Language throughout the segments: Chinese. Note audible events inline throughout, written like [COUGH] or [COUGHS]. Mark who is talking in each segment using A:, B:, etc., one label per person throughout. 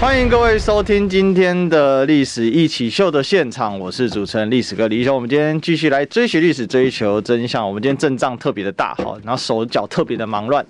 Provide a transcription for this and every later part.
A: 欢迎各位收听今天的历史一起秀的现场，我是主持人历史哥李修。我们今天继续来追寻历史，追求真相。我们今天阵仗特别的大，好，然后手脚特别的忙乱。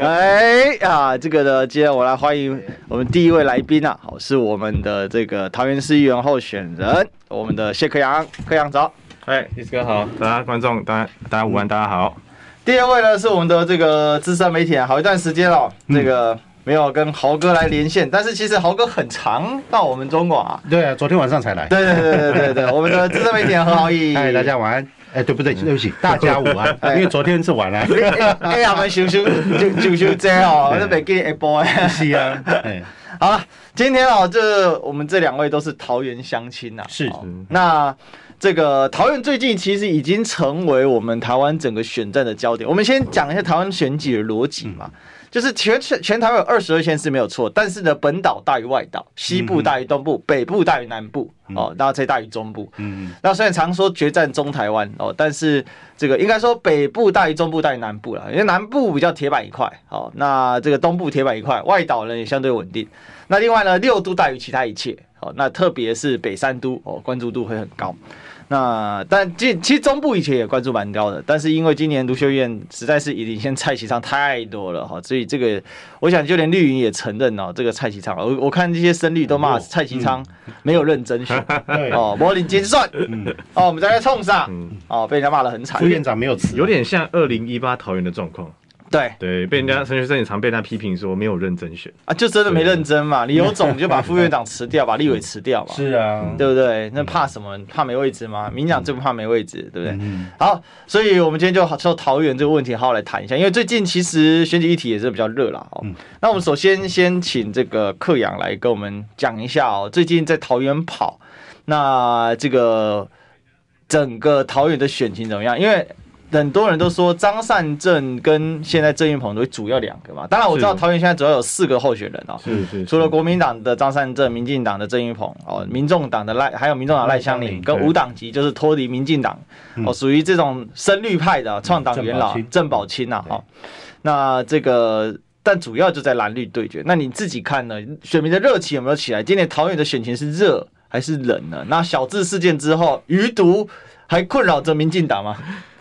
A: 哎啊，这个呢，今天我来欢迎我们第一位来宾啊，好，是我们的这个桃园市议员候选人，我们的谢克阳，克阳早。
B: 哎，李哥好，大家观众，大家大家午安，大家好。
A: 第二位呢是我们的这个资深媒体啊，好一段时间了，这个没有跟豪哥来连线，但是其实豪哥很常到我们中广啊。
C: 对啊，昨天晚上才来。
A: 对对对对对对，我们的资深媒体人何豪毅，
C: 嗨，大家晚安。哎，对不对？对不起，大家午安。
A: 哎
C: 因为昨天是晚安。
A: 哎呀，我们熊熊熊熊熊姐哦，那北京一波
C: [LAUGHS]
A: 哎。
C: 是啊，哎，
A: 好了，今天哦，这我们这两位都是桃园乡亲呐。
C: 是
A: 哦那这个桃园最近其实已经成为我们台湾整个选战的焦点。我们先讲一下台湾选举的逻辑嘛，就是全全全台湾有二十二县市没有错，但是呢，本岛大于外岛，西部大于东部，北部大于南部，哦，然后再大于中部。
C: 嗯，
A: 那虽然常说决战中台湾哦，但是这个应该说北部大于中部大于南部了，因为南部比较铁板一块，好、那这个东部铁板一块，外岛呢也相对稳定。那另外呢，六都大于其他一切，好、那特别是北三都哦，关注度会很高。那但其其实中部以前也关注蛮高的，但是因为今年卢修院实在是领先蔡其昌太多了哈，所以这个我想就连绿营也承认哦，这个蔡其昌，我我看这些声律都骂蔡其昌没有认真选、
C: 对嗯
A: 哦，模拟结算哦，我们在那冲上哦，被人家骂得很惨
C: 副，院长没有辞，
B: 有点像二零一八桃园的状况，
A: 对
B: 对，被人家陈学生也常被人家批评说没有认真选，
A: 啊，就真的没认真嘛，你有种就把副院长辞
C: [LAUGHS]
A: 掉，把立委辞掉嘛，
C: 是啊。
A: 对不对？那怕什么？怕没位置吗？民进党最不怕没位置，对不对？好，所以我们今天就好就桃园这个问题好好来谈一下，因为最近其实选举议题也是比较热啦哦。那我们首先先请这个克阳来跟我们讲一下哦，最近在桃园跑，那这个整个桃园的选情怎么样？因为很多人都说张善政跟现在郑运鹏都主要两个嘛，当然我知道
B: 是
A: 桃园现在主要有四个候选人哦，
B: 是是
A: 除了国民党的张善政、民进党的郑云鹏哦，民众党的赖，还有民众党赖香林，
C: 嗯
A: 跟
C: 对
A: 无党籍就是脱离民进党哦，属于这种深绿派的创党元老
C: 郑宝
A: 嗯
C: 清
A: 郑宝清呐、哦，那这个但主要就在蓝绿对决。那你自己看呢？选民的热情有没有起来？今年桃园的选情是热还是冷呢？那小智事件之后，余毒还困扰着民进党吗？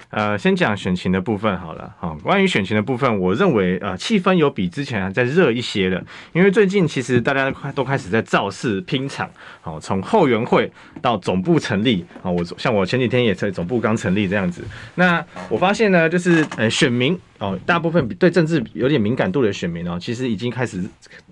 B: 呃，先讲选情的部分好了。好、关于选情的部分，我认为呃，气氛有比之前还再热一些了，因为最近其实大家都快都开始在造势拼场。好、从后援会到总部成立，啊、我像我前几天也在总部刚成立这样子。那我发现呢，就是呃，选民哦，大部分比对政治有点敏感度的选民哦，其实已经开始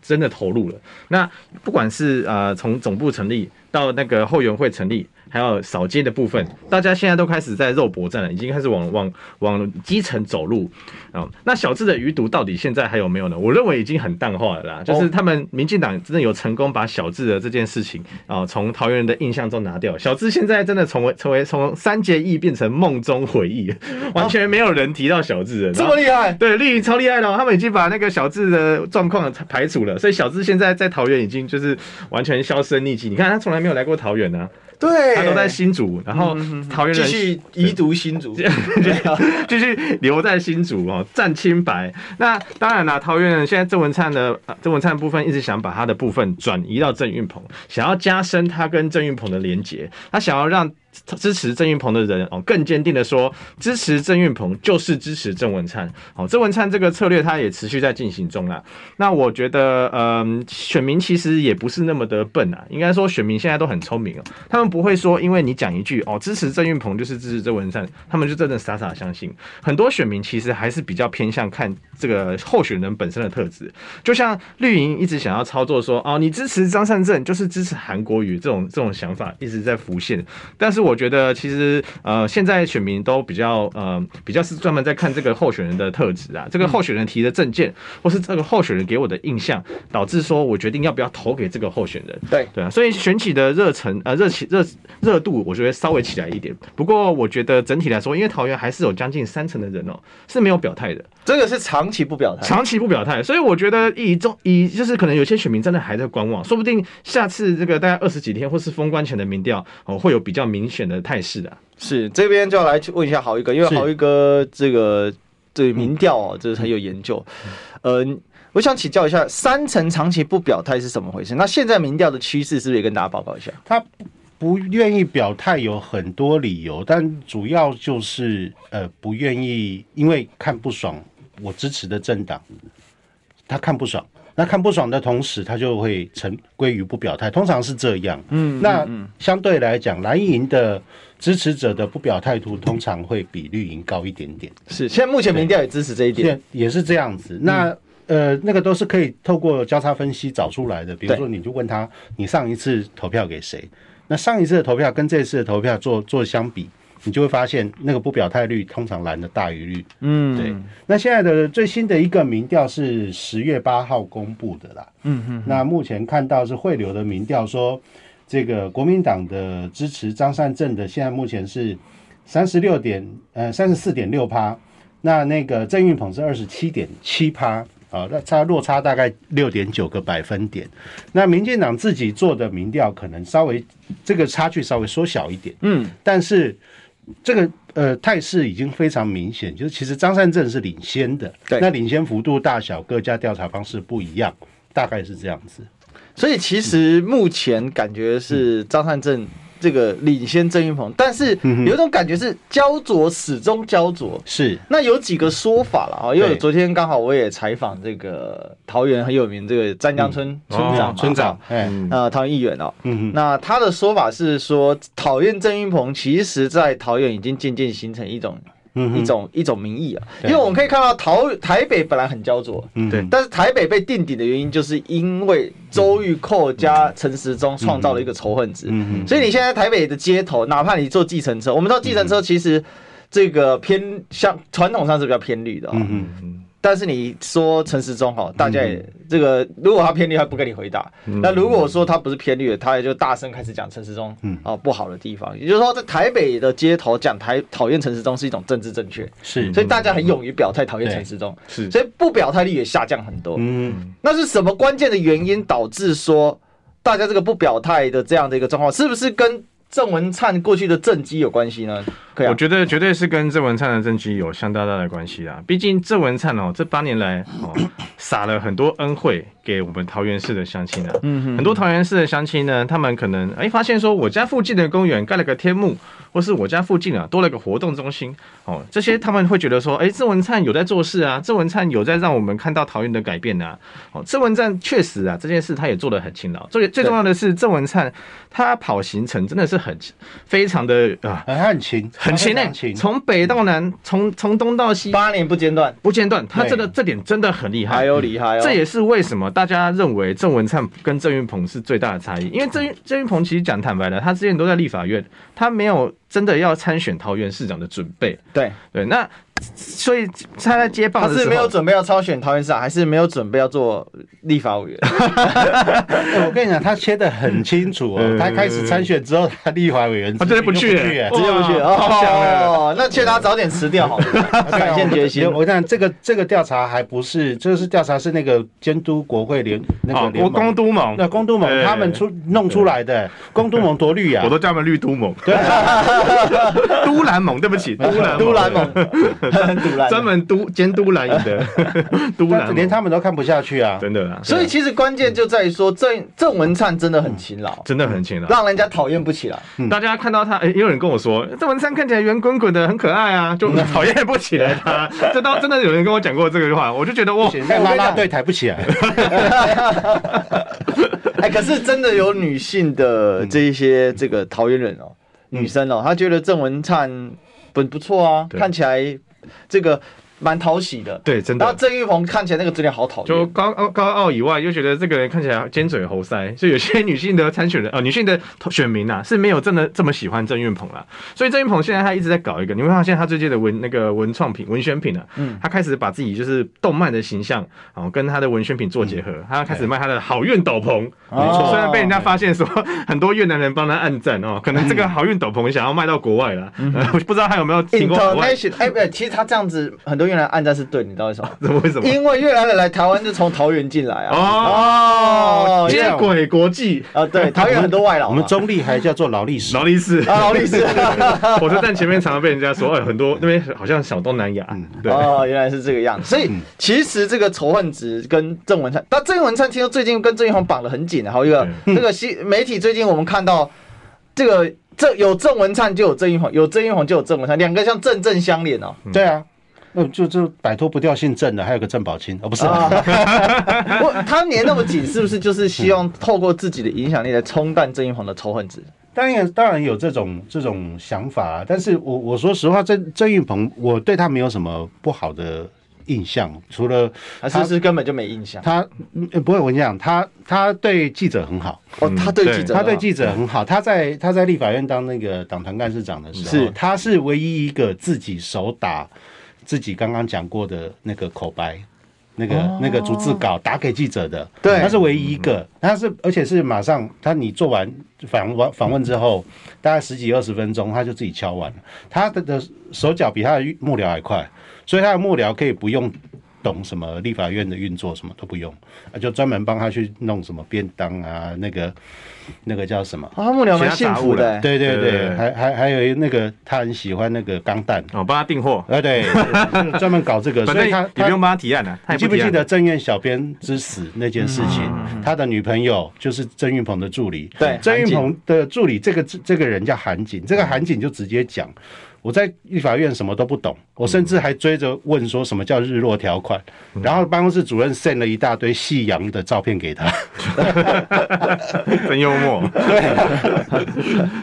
B: 真的投入了。那不管是呃从总部成立到那个后援会成立，还有扫街的部分，大家现在都开始在肉搏战了，已经开始往往往基层走路啊、嗯那小智的余毒到底现在还有没有呢？我认为已经很淡化了
A: 哦
B: 啦，就是他们民进党真的有成功把小智的这件事情啊从、桃园人的印象中拿掉。小智现在真的成为成为从三结义变成梦中回忆，完全没有人提到小智了。
A: 嗯这么厉害？
B: 对，绿营超厉害的、哦，他们已经把那个小智的状况排除了，所以小智现在在桃园已经就是完全销声匿迹。你看他从来没有来过桃园啊，
D: 哎
A: 对
B: 他都在新竹，然后桃园
A: 继
B: 人
A: 续移毒新竹，
B: [LAUGHS] 继续留在新竹哦，占清白。那当然啦，桃园人现在郑文灿的呃郑文灿部分一直想把他的部分转移到郑运鹏，想要加深他跟郑运鹏的连结，他想要让支持郑运鹏的人哦更坚定的说，支持郑运鹏就是支持郑文灿。哦，郑文灿这个策略他也持续在进行中啦。那我觉得，嗯、选民其实也不是那么的笨啊，应该说选民现在都很聪明哦，他们不会说因为你讲一句哦支持郑运鹏就是支持郑文灿，他们就真的傻傻相信。很多选民其实还是比较偏向看这个候选人本身的特质，就像绿营一直想要啊操作说哦你支持张善政就是支持韩国瑜这种这种想法一直在浮现，但是是我觉得其实呃，现在选民都比较呃，比较是专门在看这个候选人的特质啊，这个候选人提的证件，或是这个候选人给我的印象，导致说我决定要不要投给这个候选人。
D: 对
B: 对啊，所以选起的热忱呃热起热热度，我觉得稍微起来一点。不过我觉得整体来说，因为桃园还是有将近三成的人哦是没有表态的，
A: 这个是长期不表态。
B: 长期不表态，所以我觉得以中以就是可能有些选民真的还在观望，说不定下次这个大概二十几天或是封关前的民调哦，会有比较明显的态势的、啊。
A: 是这边就要来去问一下豪一哥，因为
C: 是
A: 豪一哥这个对民调哦，这是很有研究。
C: 嗯
A: 呃，我想请教一下，三层长期不表态是怎么回事？那现在民调的趋势是不是也跟大家报告一下？
C: 他不不愿意表态有很多理由，但主要就是呃不愿意，因为看不爽我支持的政党，他看不爽。那看不爽的同时，他就会成归于不表态，通常是这样。嗯，那相对来讲，蓝营的支持者的不表态度通常会比绿营高一点点。
A: 是，现在目前民调也支持这一点。嗯
C: 也也是这样子。那、呃，那个都是可以透过交叉分析找出来的。比如
A: 对
C: 说，你就问他，你上一次投票给谁？那上一次的投票跟这次的投票做做相比，你就会发现那个不表态率通常蓝的大于绿。
A: 嗯，
C: 对，那现在的最新的一个民调是十月八号公布的啦。嗯嗯。那目前看到是汇流的民调说，这个国民党的支持张善政的，现在目前是三十六点呃三十四点六趴，那那个郑运鹏是二十七点七趴。啊，那差落差大概六点九个百分点。那民进党自己做的民调可能稍微这个差距稍微缩小一点，
A: 嗯，
C: 但是这个呃态势已经非常明显，就是其实张善政是领先的，
A: 对
C: 那领先幅度大小各家调查方式不一样，大概是这样子。
A: 所以其实目前感觉
C: 嗯
A: 是张善政这个领先郑云鹏，但是有一种感觉是焦灼，始终焦灼。
C: 是
A: 那有几个说法了啊，因为
C: 对
A: 昨天刚好我也采访这个桃园很有名这个湛江村村长嘛
B: 哦，
C: 嗯村长，哎，
B: 嗯，
A: 呃，桃园议员哦，
C: 嗯哼，
A: 那他的说法是说，讨厌郑云鹏，其实在桃园已经渐渐形成一种、
C: 嗯哼
A: 一种一种民意啊。因为
C: 对
A: 我们可以看到桃台北本来很焦灼，
C: 嗯
B: 对
A: 但是台北被垫底的原因，就是因为周玉蔻加陈时中创造了一个仇恨值。
C: 嗯
A: 所以你现在台北的街头，哪怕你坐计程车，我们知道计程车其实这个偏向传统上是比较偏绿的、哦，
C: 嗯
A: 但是你说陈时中哈，大家也、这个，如果他偏绿，他不跟你回答；那如果说他不是偏绿的，他也就大声开始讲陈时中
C: 嗯
A: 啊、不好的地方。也就是说，在台北的街头讲台讨厌陈时中是一种政治正确，
C: 是
A: 所以大家很勇于表态讨厌陈时中，
B: 是
A: 所以不表态率也下降很多。
C: 嗯
A: 那是什么关键的原因导致说大家这个不表态的这样的一个状况，是不是跟郑文灿过去的政绩有关系呢？可以、啊
B: 我，觉得绝对是跟郑文灿的政绩有相当大的关系啊啦。毕竟郑文灿哦，这八年来 [COUGHS] 哦，撒了很多恩惠给我们桃园市的乡亲啊。嗯很多桃园市的乡亲呢，他们可能哎发现说，我家附近的公园盖了个天幕，或是我家附近啊多了个活动中心哦，这些他们会觉得说，哎，郑文灿有在做事啊，郑文灿有在让我们看到桃园的改变啊。哦，郑文灿确实啊，这件事他也做得很勤劳。最最重要的是，郑文灿他跑行程真的是很非常的啊。
C: 呃他很勤，
B: 很勤
C: 他
B: 呢
A: 欸
C: 非常，勤，
B: 从北到南，从从东到西，
A: 八年不间断，
B: 不间断。他真的
C: 对
B: 这点真的很厉
A: 还
B: 害。
A: 有厉害哦，
B: 这也是为什么大家认为郑文灿跟郑云鹏是最大的差异，因为郑云郑云鹏其实讲坦白的，他之前都在立法院，他没有真的要参选桃园市长的准备。
A: 对。
B: 对，那所以他在接棒
A: 他
B: 的时候
A: 是没有准备要超选桃园市长，还是没有准备要做立法委员？
B: [LAUGHS]
C: 哎我跟你讲，他切的很清楚哦。他开始参选之后，他立法委员
B: 嗯啊真的不去
C: 直接
B: 哎
C: 哎
B: 哇
A: 直接不去
B: 好想
A: 哦
B: 哎，
A: 那劝他早点辞掉好
B: [LAUGHS]
A: 了，展现决心
B: 哦
C: 我。我想这个这个调查还不是，这个是调查是那个监督国会联那个
B: 哦，国
C: 联盟
B: 公都盟，
C: 那公都盟
B: 哎
C: 他们出弄出来的，公都盟多绿啊
B: 我！都叫他们绿都盟，
C: 对啊，
B: [LAUGHS] 都蓝盟，对不起，都
A: [LAUGHS]
B: 蓝
A: 都蓝盟，很堵蓝，
B: 专。门督监督蓝营
A: [LAUGHS]
B: 的都蓝
C: 但
B: 盟，
C: 连他们都看不下去啊！
B: 真的啊，
A: 所以其实关键就在于说，郑郑文灿真的很勤劳，
B: 真的很勤劳。
A: 让人家讨厌不起来。
B: 大家看到他，哎、也有人跟我说，这文山看起来圆滚滚的，很可爱啊，就 [LAUGHS] 讨厌不起来他。这倒真的有人跟我讲过这个话，我就觉得哇，
C: 显在拉拉队抬不起来，
A: 哎，可是真的有女性的这一些这个桃园人哦，女生哦，她觉得郑文灿不不错啊，
B: 嗯对
A: 看起来这个蛮讨喜的。
B: 对真的
A: 然后郑玉鹏看起来那个质量好讨
B: 就
A: 厌，
B: 高傲高傲以外，又觉得这个人看起来尖嘴猴腮，所以有些女性的参选人呃女性的投选民啊是没有真的这么喜欢郑运鹏啦。所以郑运鹏现在他一直在搞一个，你会发现他最近的文那个文创品文宣品啊，他开始把自己就是动漫的形象哦跟他的文宣品做结合，他开始卖他的好运斗篷，
A: 没错
B: 虽然被人家发现说很多越南人帮他暗赞哦，可能这个好运斗篷想要卖到国外了，呃我 [LAUGHS] 不知道他有没有听过国外
A: international，哎，不对，其实他这样子，很多越南暗战是对，你知道为什么？
B: [LAUGHS] 怎么为什么？
A: 因为越南人来台湾就从桃园进来啊，
B: 哦
A: 哦，
B: 接轨国际。
A: 啊，
B: [LAUGHS]
A: 对，桃园很多外劳嘛，
C: [LAUGHS] 我们中立还叫做劳力士
B: 劳，力士
A: 啊，劳力士，
B: 火车站前面常常被人家说，哎，很多那边好像小东南亚， [LAUGHS]
A: [LAUGHS]
B: 对，嗯
A: 哦，原来是这个样子。所以其实这个仇恨值跟郑文灿，但郑文灿听说最近跟郑云鹏绑得很紧啊，还有一个这个新媒体最近我们看到这个这有郑文灿就有郑云鹏，有郑云鹏就有郑文灿，两个像正正相
B: [LAUGHS]
A: 连哦。
C: 对啊，那就就摆脱不掉姓郑的，还有个郑宝清哦，不是啊、
A: 啊，我他粘那么紧，是不是就是希望透过自己的影响力来冲淡郑云鹏的仇恨值？
C: 当然，当然有这种这种想法、啊，但是我我说实话，郑郑运鹏，我对他没有什么不好的印象，除了
A: 还啊是是根本就没印象？
C: 他、嗯不会，我跟你讲，他他对记者很好，
A: 哦，他对记者，
C: 他对记者很好。他在他在立法院当那个党团干事长的时候，
A: 是
C: 他是唯一一个自己手打自己刚刚讲过的那个口白。那个、那个逐字稿打给记者的，
A: 对
C: 他是唯一一个，
B: 嗯
C: 他是而且是马上他你做完访问访问之后，大概十几二十分钟他就自己敲完了，他的的手脚比他的幕僚还快，所以他的幕僚可以不用懂什么立法院的运作，什么都不用，啊，就专门帮他去弄什么便当啊，那个那个叫什么？
A: 啊，他幕僚蛮幸福的、欸。
C: 对对
B: 对对
C: 对，
B: 对
C: 还还还有那个他很喜欢那个钢弹，
B: 哦我帮他订货，[LAUGHS]
C: 啊，对，就是专门搞这个，
B: 反
C: 所
B: 正
C: 以他
B: 也不用
C: 他。
B: 帮他提案啊了，他
C: 你
B: 也
C: 记
B: 不
C: 不
B: 提案嗯
C: 记得郑院小编之死那件事情？他的女朋友就是郑运鹏的助理。
A: 对
C: 郑运
A: 韩
C: 鹏的助理，这个这个人叫韩景，这个韩景就直接讲，我在立法院什么都不懂，我甚至还追着问说什么叫日落条款，
B: 嗯
C: 然后办公室主任 send 了一大堆夕阳的照片给他。
A: 哦
B: [LAUGHS] 真幽
A: [LAUGHS]
B: 默，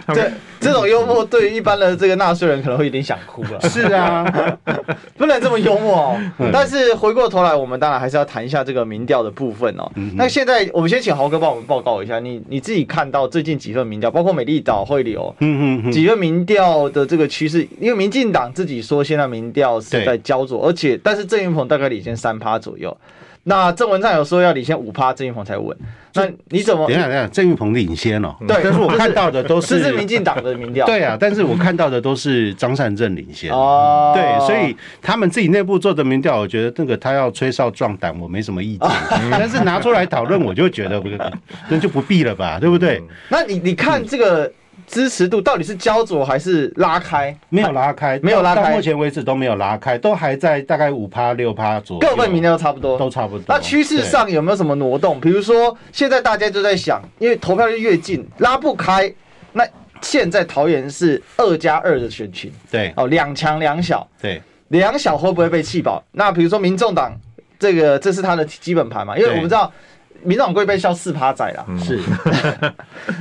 A: 这这种幽默对于一般的这个纳税人可能会有点想哭了，
C: [LAUGHS] 是啊，
A: [LAUGHS]
C: 嗯
A: 不能这么幽默哦。但是回过头来，我们当然还是要谈一下这个民调的部分哦。
C: 嗯
A: 那现在我们先请豪哥帮我们报告一下，你你自己看到最近几份民调，包括美丽岛、汇流
C: 嗯嗯嗯，
A: 几份民调的这个趋势，因为民进党自己说现在民调是在焦灼，而且但是郑云鹏大概领先三趴左右，那郑文灿有说要领先五趴，郑云鹏才稳。那你怎么
C: [LAUGHS] 等一？下等一下，郑运鹏领先哦。
A: 对
C: 但是我看到的都
A: 这
C: 是
A: 是民进党的民调。
C: 对啊，但是我看到的都是张善政领先。
A: 哦，
C: 对，所以他们自己内部做的民调，我觉得那个他要吹哨壮胆，我没什么
A: [LAUGHS]
C: 意见。但是拿出来讨论，我就觉得不那就不必
A: [LAUGHS]
C: 了吧，对不对？
A: 那你你看这个支持度到底是焦灼还是拉开？
C: 没有拉开，
A: 没有拉开
C: 到到目前为止都没有拉开，都还在大概五趴六趴左右，
A: 各份民调都差不多，
C: 都差不多。
A: 那趋势上有没有什么挪动？比如说，现在大家就在想，因为投票率越近，拉不开。那现在桃园是二加二的选群，
C: 对
A: 哦，两强两小，
C: 对
A: 两小会不会被气饱？那比如说民众党，这个这是他的基本盘嘛，因为
C: 对嗯
A: 我们知道民众党会被笑四趴仔啦。
C: 对 [LAUGHS] 是，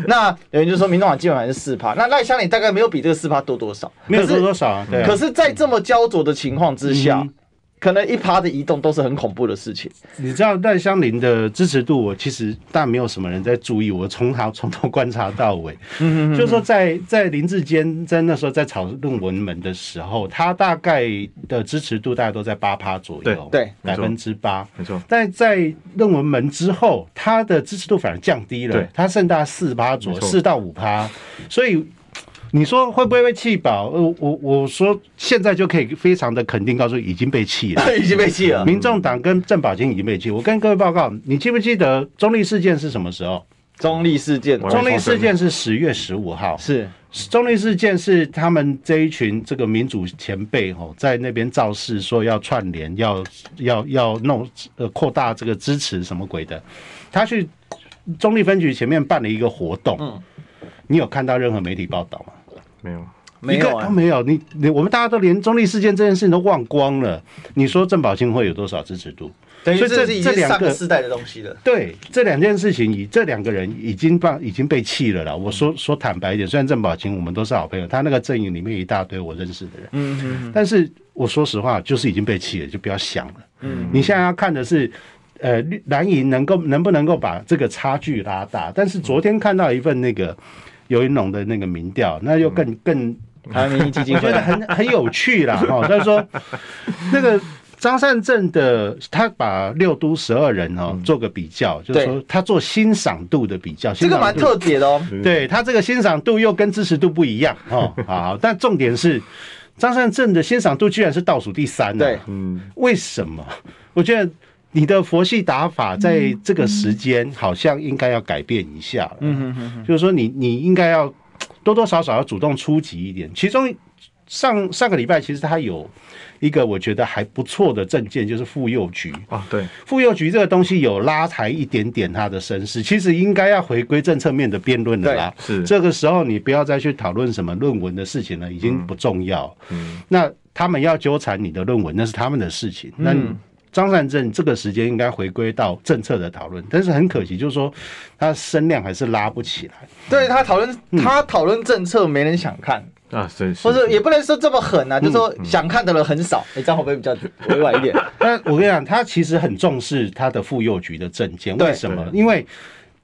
A: 那有人就说民众党基本盘是四趴，那赖香里大概没有比这个四趴多多少，
C: 没有
A: 可是
C: 多多少啊，对啊
A: 可是，在这么焦灼的情况之下，
C: 嗯
A: 可能一趴的移动都是很恐怖的事情。 [LAUGHS]
C: 你知道赖香林的支持度，我其实但没有什么人在注意，我从头从头观察到尾。嗯就是说在在林志坚在那时候在炒论文门的时候，他大概的支持度大概都在八趴左右，
A: 对对
C: 百
B: 没错
C: 分之八。
B: 没错，
C: 但在论文门之后，他的支持度反而降低了
B: 对，
C: 他剩大四趴左右，
B: 没错
C: 四到五趴，所以。你说会不会被气饱？呃，我我说现在就可以非常的肯定告诉你已经被气了，
A: 已经被气了。
C: 民众党跟郑宝清已经被记。我跟各位报告，你记不记得中立事件是什么时候？
A: 中立事件
B: 我
C: 中立事件是十月十五号。
A: 是
C: 中立事件是他们这一群这个民主前辈哦，在那边造势，说要串联，要要要弄呃扩大这个支持什么鬼的。他去中立分局前面办了一个活动，
A: 嗯
C: 你有看到任何媒体报道吗？
B: 没有，
A: 没
C: 一个
A: 有啊
C: 都？没有。你你我们大家都连中立事件这件事情都忘光了。你说郑宝清会有多少支持度？
A: 等于
C: 所以
A: 这
C: 这
A: 是已
C: 这
A: 经
C: 两
A: 上
C: 个
A: 个世代的东西
C: [LAUGHS]
A: 了。
C: 对这两件事情，以这两个人已经放已经被弃了
A: 嗯
C: 啦。我说说坦白一点，虽然郑宝清我们都是好朋友，他那个阵营里面一大堆我认识的人，
A: 嗯嗯
C: 但是我说实话，就是已经被弃了，就不要想了。
A: 嗯，
C: 你现在要看的是，呃，绿蓝营能够能不能够把这个差距拉大？但是昨天看到一份那个尤云龙的那个民调，那又更更
A: 嗯，台湾民意基金
C: 我觉
A: 会
C: 得很很有趣啦，哈、他说那个张善政的，他把六都十二人
A: 嗯
C: 哦做个比较，就是说他做欣赏度的比较，
A: [LAUGHS] 这个蛮
C: 欣赏
A: 特别的
C: [LAUGHS]
A: 哦。
C: 度，对他这个欣赏度又跟支持度不一样
A: [LAUGHS]
C: 哦，好好，但重点是张善政的欣赏度居然是倒数第三、啊，
A: 对，
B: 嗯，
C: 为什么？我觉得你的佛系打法在这个时间好像应该要改变一下了。嗯
A: 嗯
C: 嗯，就是说你你应该要多多少少要主动出击一点。其中上上个礼拜其实他有一个我觉得还不错的证件，就是妇幼局。
B: 哦，对，
C: 妇幼局这个东西有拉抬一点点他的身世，其实应该要回归政策面的辩论的啦。
B: 是
C: 这个时候你不要再去讨论什么论文的事情了，已经不重要。
B: 嗯
C: 那他们要纠缠你的论文，那是他们的事情。那你
B: 嗯
C: 张善政这个时间应该回归到政策的讨论，但是很可惜，就是说他声量还是拉不起来。
A: 对他讨论
C: 嗯
A: 他讨论政策，没人想看，
B: 啊，是是，
A: 或者也不能说这么狠啊，就说想看的人很少。你这样会不会比较委婉一点？
C: 但我跟你讲， [LAUGHS] 他其实很重视他的妇幼局的证件，
A: 对
C: 为什么？因为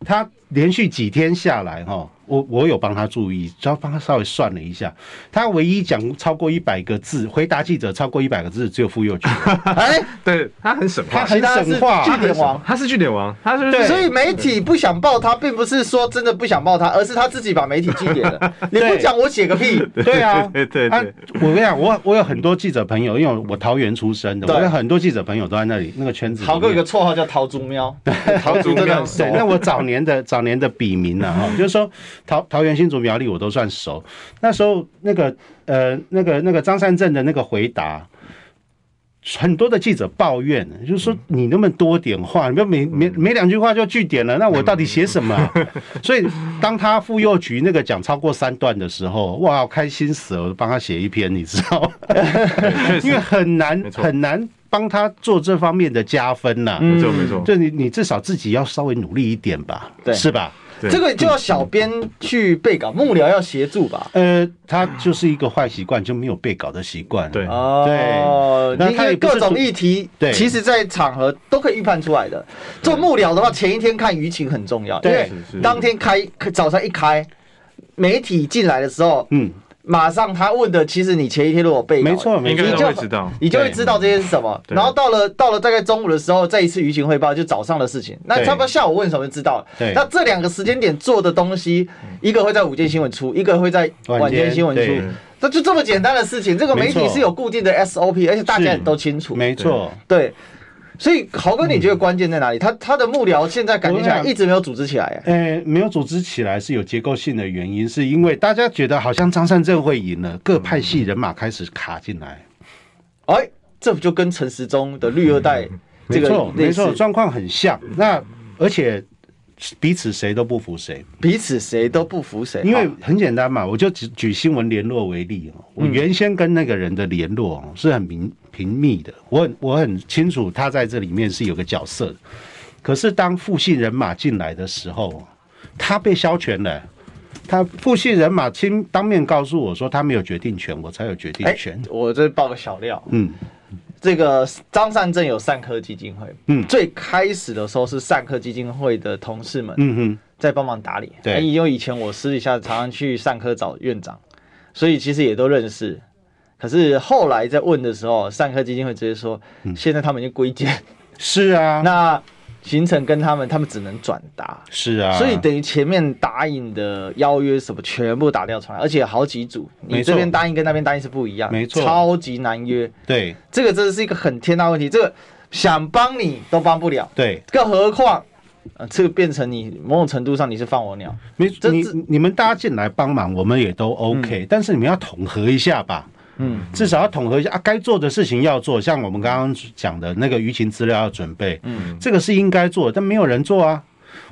C: 他连续几天下来，哈，我我有帮他注意，只要帮他稍微算了一下，他唯一讲超过一百个字，回答记者超过一百个字，只有妇幼局，
A: 哎，
B: 对他很省
C: 他
B: 话，
C: 很
A: 其他是
C: 省话，
A: 据点王。
B: 他是据点王，他是
A: 所以媒体不想报他，并不是说真的不想报他，而是他自己把媒体据点了。你不讲，我写个屁。
C: 对啊，
B: 对对对
C: 啊，我跟你讲，我我有很多记者朋友，因为我桃园出身的，
A: 对
C: 我有很多记者朋友都在那里那个圈子里面。
A: 豪哥有个绰号叫桃竹喵，桃
B: [LAUGHS]
A: 竹真的很熟
C: 对，。那我早年的早年的笔名呢、哈，就是说桃桃园新竹苗栗我都算熟。那时候那个呃那个那个张善政的那个回答，很多的记者抱怨，就是说
B: 嗯
C: 你那么多点话，你不要每每每两句话就据点了，那
B: 嗯
C: 我到底写什
B: [LAUGHS]
C: 么啊、所以当他妇幼局那个讲超过三段的时候，哇，开心死了，我帮他写一篇，你知道吗？
B: 对确
C: [LAUGHS] 因
B: 实，
C: 为很难
B: 没错嗯
C: 很难帮他做这方面的加分呐、
B: 没错没错，
C: 就你你至少自己要稍微努力一点吧，
A: 对
C: 是吧？
A: 嗯
B: 对
A: 这个就要小编去备稿，幕僚要协助吧。
C: 呃，他就是一个坏习惯，就没有被搞的习惯。
B: 对
A: 啊哦，
C: 对那
A: 因
C: 他
A: 为
C: 也不是
A: 各种
C: 主
A: 议题，
C: 对
A: 其实在场合都可以预判出来的。做幕僚的话，前一天看舆情很重要，因
C: 对
A: 为
B: 是是
A: 当天开早上一开，媒体进来的时候，
C: 嗯，
A: 马上他问的，其实你前一天如果背稿，
C: 没错，没
B: 应该
C: 错
A: 你
B: 都
A: 就
B: 会知道，
A: 你就会知道这些是什么。
B: 对
A: 然后到了到了大概中午的时候，再一次舆情汇报，就早上的事情。那
C: 对
A: 差不多下午问什么就知道了。
C: 对
A: 那这两个时间点做的东西，一个会在午间新闻出，一个会在晚
C: 晚
A: 间
C: 间
A: 新闻
C: 对
A: 出。那就这么简单的事情，这个媒
C: 没
A: 体
C: 错
A: 是有固定的 SOP，而且大家也
C: 是
A: 都清楚。
C: 没错。
A: 对，所以豪哥，你觉得关键在哪里？他他的幕僚现在感觉起来
C: 我想
A: 一直没有组织起来。哎
C: 呃，没有组织起来是有结构性的原因，是因为大家觉得好像张善政会赢了，各派系人马开始卡进来。
A: 哎，这不就跟陈时中的绿二代这
C: 嗯没
A: 个
C: 错，
A: 类
C: 没
A: 似
C: 错，状况很像。那而且彼此谁都不服谁，
A: 彼此谁都不服谁，
C: 因为
A: 好
C: 很简单嘛，我就举举新闻联络为例
A: 嗯
C: 哦，我原先跟那个人的联络哦是很明频密的，我很我很清楚他在这里面是有个角色的，可是当复姓人马进来的时候，他被消权了。他复姓人马亲当面告诉我说，他没有决定权，我才有决定
A: 哎
C: 权。，
A: 我这爆个小料，
C: 嗯，
A: 这个张善政有善科基金会，
C: 嗯
A: 最开始的时候是善科基金会的同事们
C: 嗯哼，
A: 在帮忙打理，
C: 对
A: 哎因为以前我私底下常常去善科找院长，所以其实也都认识。可是后来在问的时候，善科基金会直接说，
C: 嗯
A: 现在他们已经归建， [LAUGHS]
C: 是啊，
A: 那行程跟他们，他们只能转达。
C: 是啊，
A: 所以等于前面答应的邀约什么全部打掉重来，而且好几组，你
C: 没错
A: 这边答应跟那边答应是不一样，
C: 没错
A: 超级难约。
C: 对
A: 这个真的是一个很天大问题，这个想帮你都帮不了，
C: 对，
A: 更何况，呃，这个变成你某种程度上你是放我鸟，
C: 没
A: 这
C: 你
A: 这
C: 你们大家进来帮忙，我们也都 OK，、但是你们要统合一下吧。
A: 嗯，
C: 至少要统合一下啊，该做的事情要做，像我们刚刚讲的那个舆情资料要准备，嗯，这个是应该做的，但没有人做啊。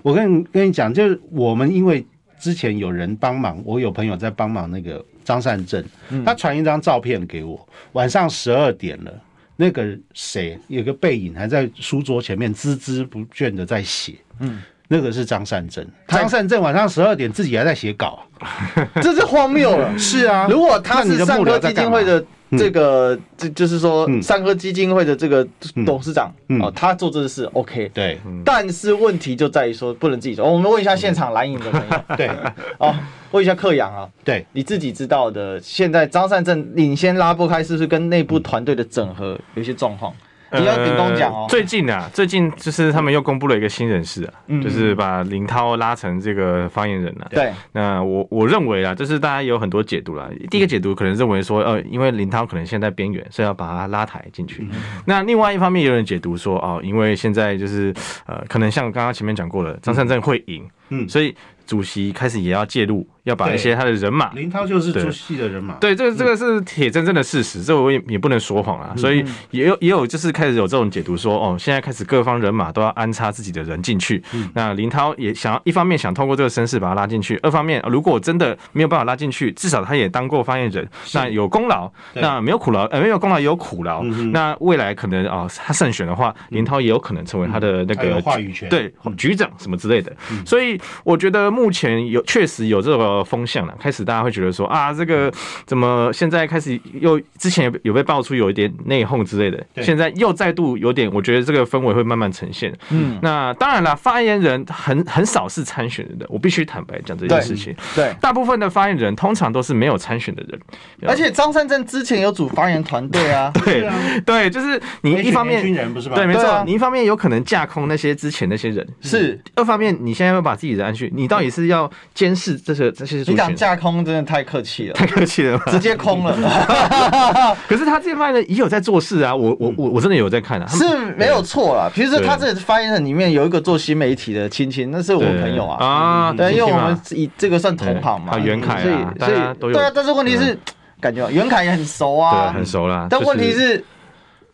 C: 我跟你跟你讲，就是我们因为之前有人帮忙，我有朋友在
A: 嗯
C: 帮忙那个张善政，他传一张照片给我，晚上十二点了，那个谁有个背影还在书桌前面孜孜不倦的在写，嗯，那个是张善政，张善政晚上十二点自己还在写稿，
A: [LAUGHS] 这是荒谬了。
C: [LAUGHS] 是啊，
A: 如果他
C: 那
A: 是
C: 你的
A: 上
C: 幕
A: 科
C: 僚
A: 基
C: 在
A: 金
C: 干
A: 会
C: 嘛？
A: 的这个，这就是说
C: 嗯
A: 上科基金会的这个董事长
C: 嗯
A: 哦，他做这事 OK，
C: 对
A: 但是问题就在于说不能自己做。哦我们问一下现场蓝营的朋
C: [LAUGHS]
A: 友
C: 对
A: 哦，问一下克阳啊，
C: 对，
A: 你自己知道的，现在张善政领先拉布开，是不是跟内部团队的整
C: 嗯
A: 合有一些状况？你要秉公讲哦
B: 呃。最近啊，最近就是他们又公布了一个新人事啊，就是把林涛拉成这个发言人了、啊。
A: 嗯对，
B: 那我我认为啊，就是大家有很多解读啦。第一个解读可能认为说，呃，因为林涛可能现在边缘，所以要把他拉抬进去。
A: 嗯
B: 那另外一方面，也有人解读说，哦，因为现在就是呃，可能像刚刚前面讲过了，张善政会赢，
C: 嗯
B: 所以主席开始也要介入，要把
C: 对
B: 一些他的人马
C: 林涛就是
B: 对
C: 出戏的人嘛，嗯
B: 对，这个这个是铁铮铮的事实，这我也也不能说谎啊。所以也有也有就是开始有这种解读说，哦，现在开始各方人马都要安插自己的人进去。
C: 嗯
B: 那林涛也想要一方面想通过这个身世把他拉进去，二方面呃如果真的没有办法拉进去，至少他也当过发言人，那有功劳，
C: 对嗯
B: 那没有苦劳，呃，没有功劳也有苦劳。那未来可能啊、哦他胜选的话，林涛也有可能成为他的那
C: 他有
B: 个
C: 话语权，嗯
B: 对局长什么之类的。所以我觉得目前有确实有这个风向了，开始大家会觉得说啊，这
C: 嗯
B: 个怎么现在开始又之前有被爆出有一点内讧之类的，
C: 对
B: 现在又再度有点，我觉得这个氛围会慢慢呈现。嗯，那当然了，发言人很很少是参选人的，我必须坦白讲这件事情。
A: 对，
B: 大部分的发言人通常都是没有参选的人，
A: 而且张善政之前有组发言团队啊，
B: 对、对，就是你
C: 没
B: 一
C: 选
B: 方
C: 年
B: 面
C: 轻人不是吧？
B: 对，没
A: 对啊
B: 错，你一方面有可能架空那些之前那些人，
C: 啊
A: 是
B: 二方面，你现在要把自己人安去，你到底是要监视这些这些族
A: 你讲
B: 群？
A: 架空真的太客气了，
B: 太客气了吧？
A: 直接空了，
B: 可是他这边呢也有在做事啊，我我我我真的有在看啊，他们
A: 嗯是没有错啦。比如说
B: 对
A: 他这个发言人里面有一个做新媒体的亲亲，那是我
B: 对
A: 朋友啊，
B: 啊，
A: 对，因为
B: 亲戚
A: 我
B: 嘛
A: 们以这个算同行嘛，
B: 对还有袁凯啊
A: 所以
B: 大
A: 所
B: 家都
A: 以
B: 有嗯
A: 对啊，但是问题是，感觉袁凯也很熟啊
B: 对，很熟啦。
A: 但
B: 就是
A: 问题，是，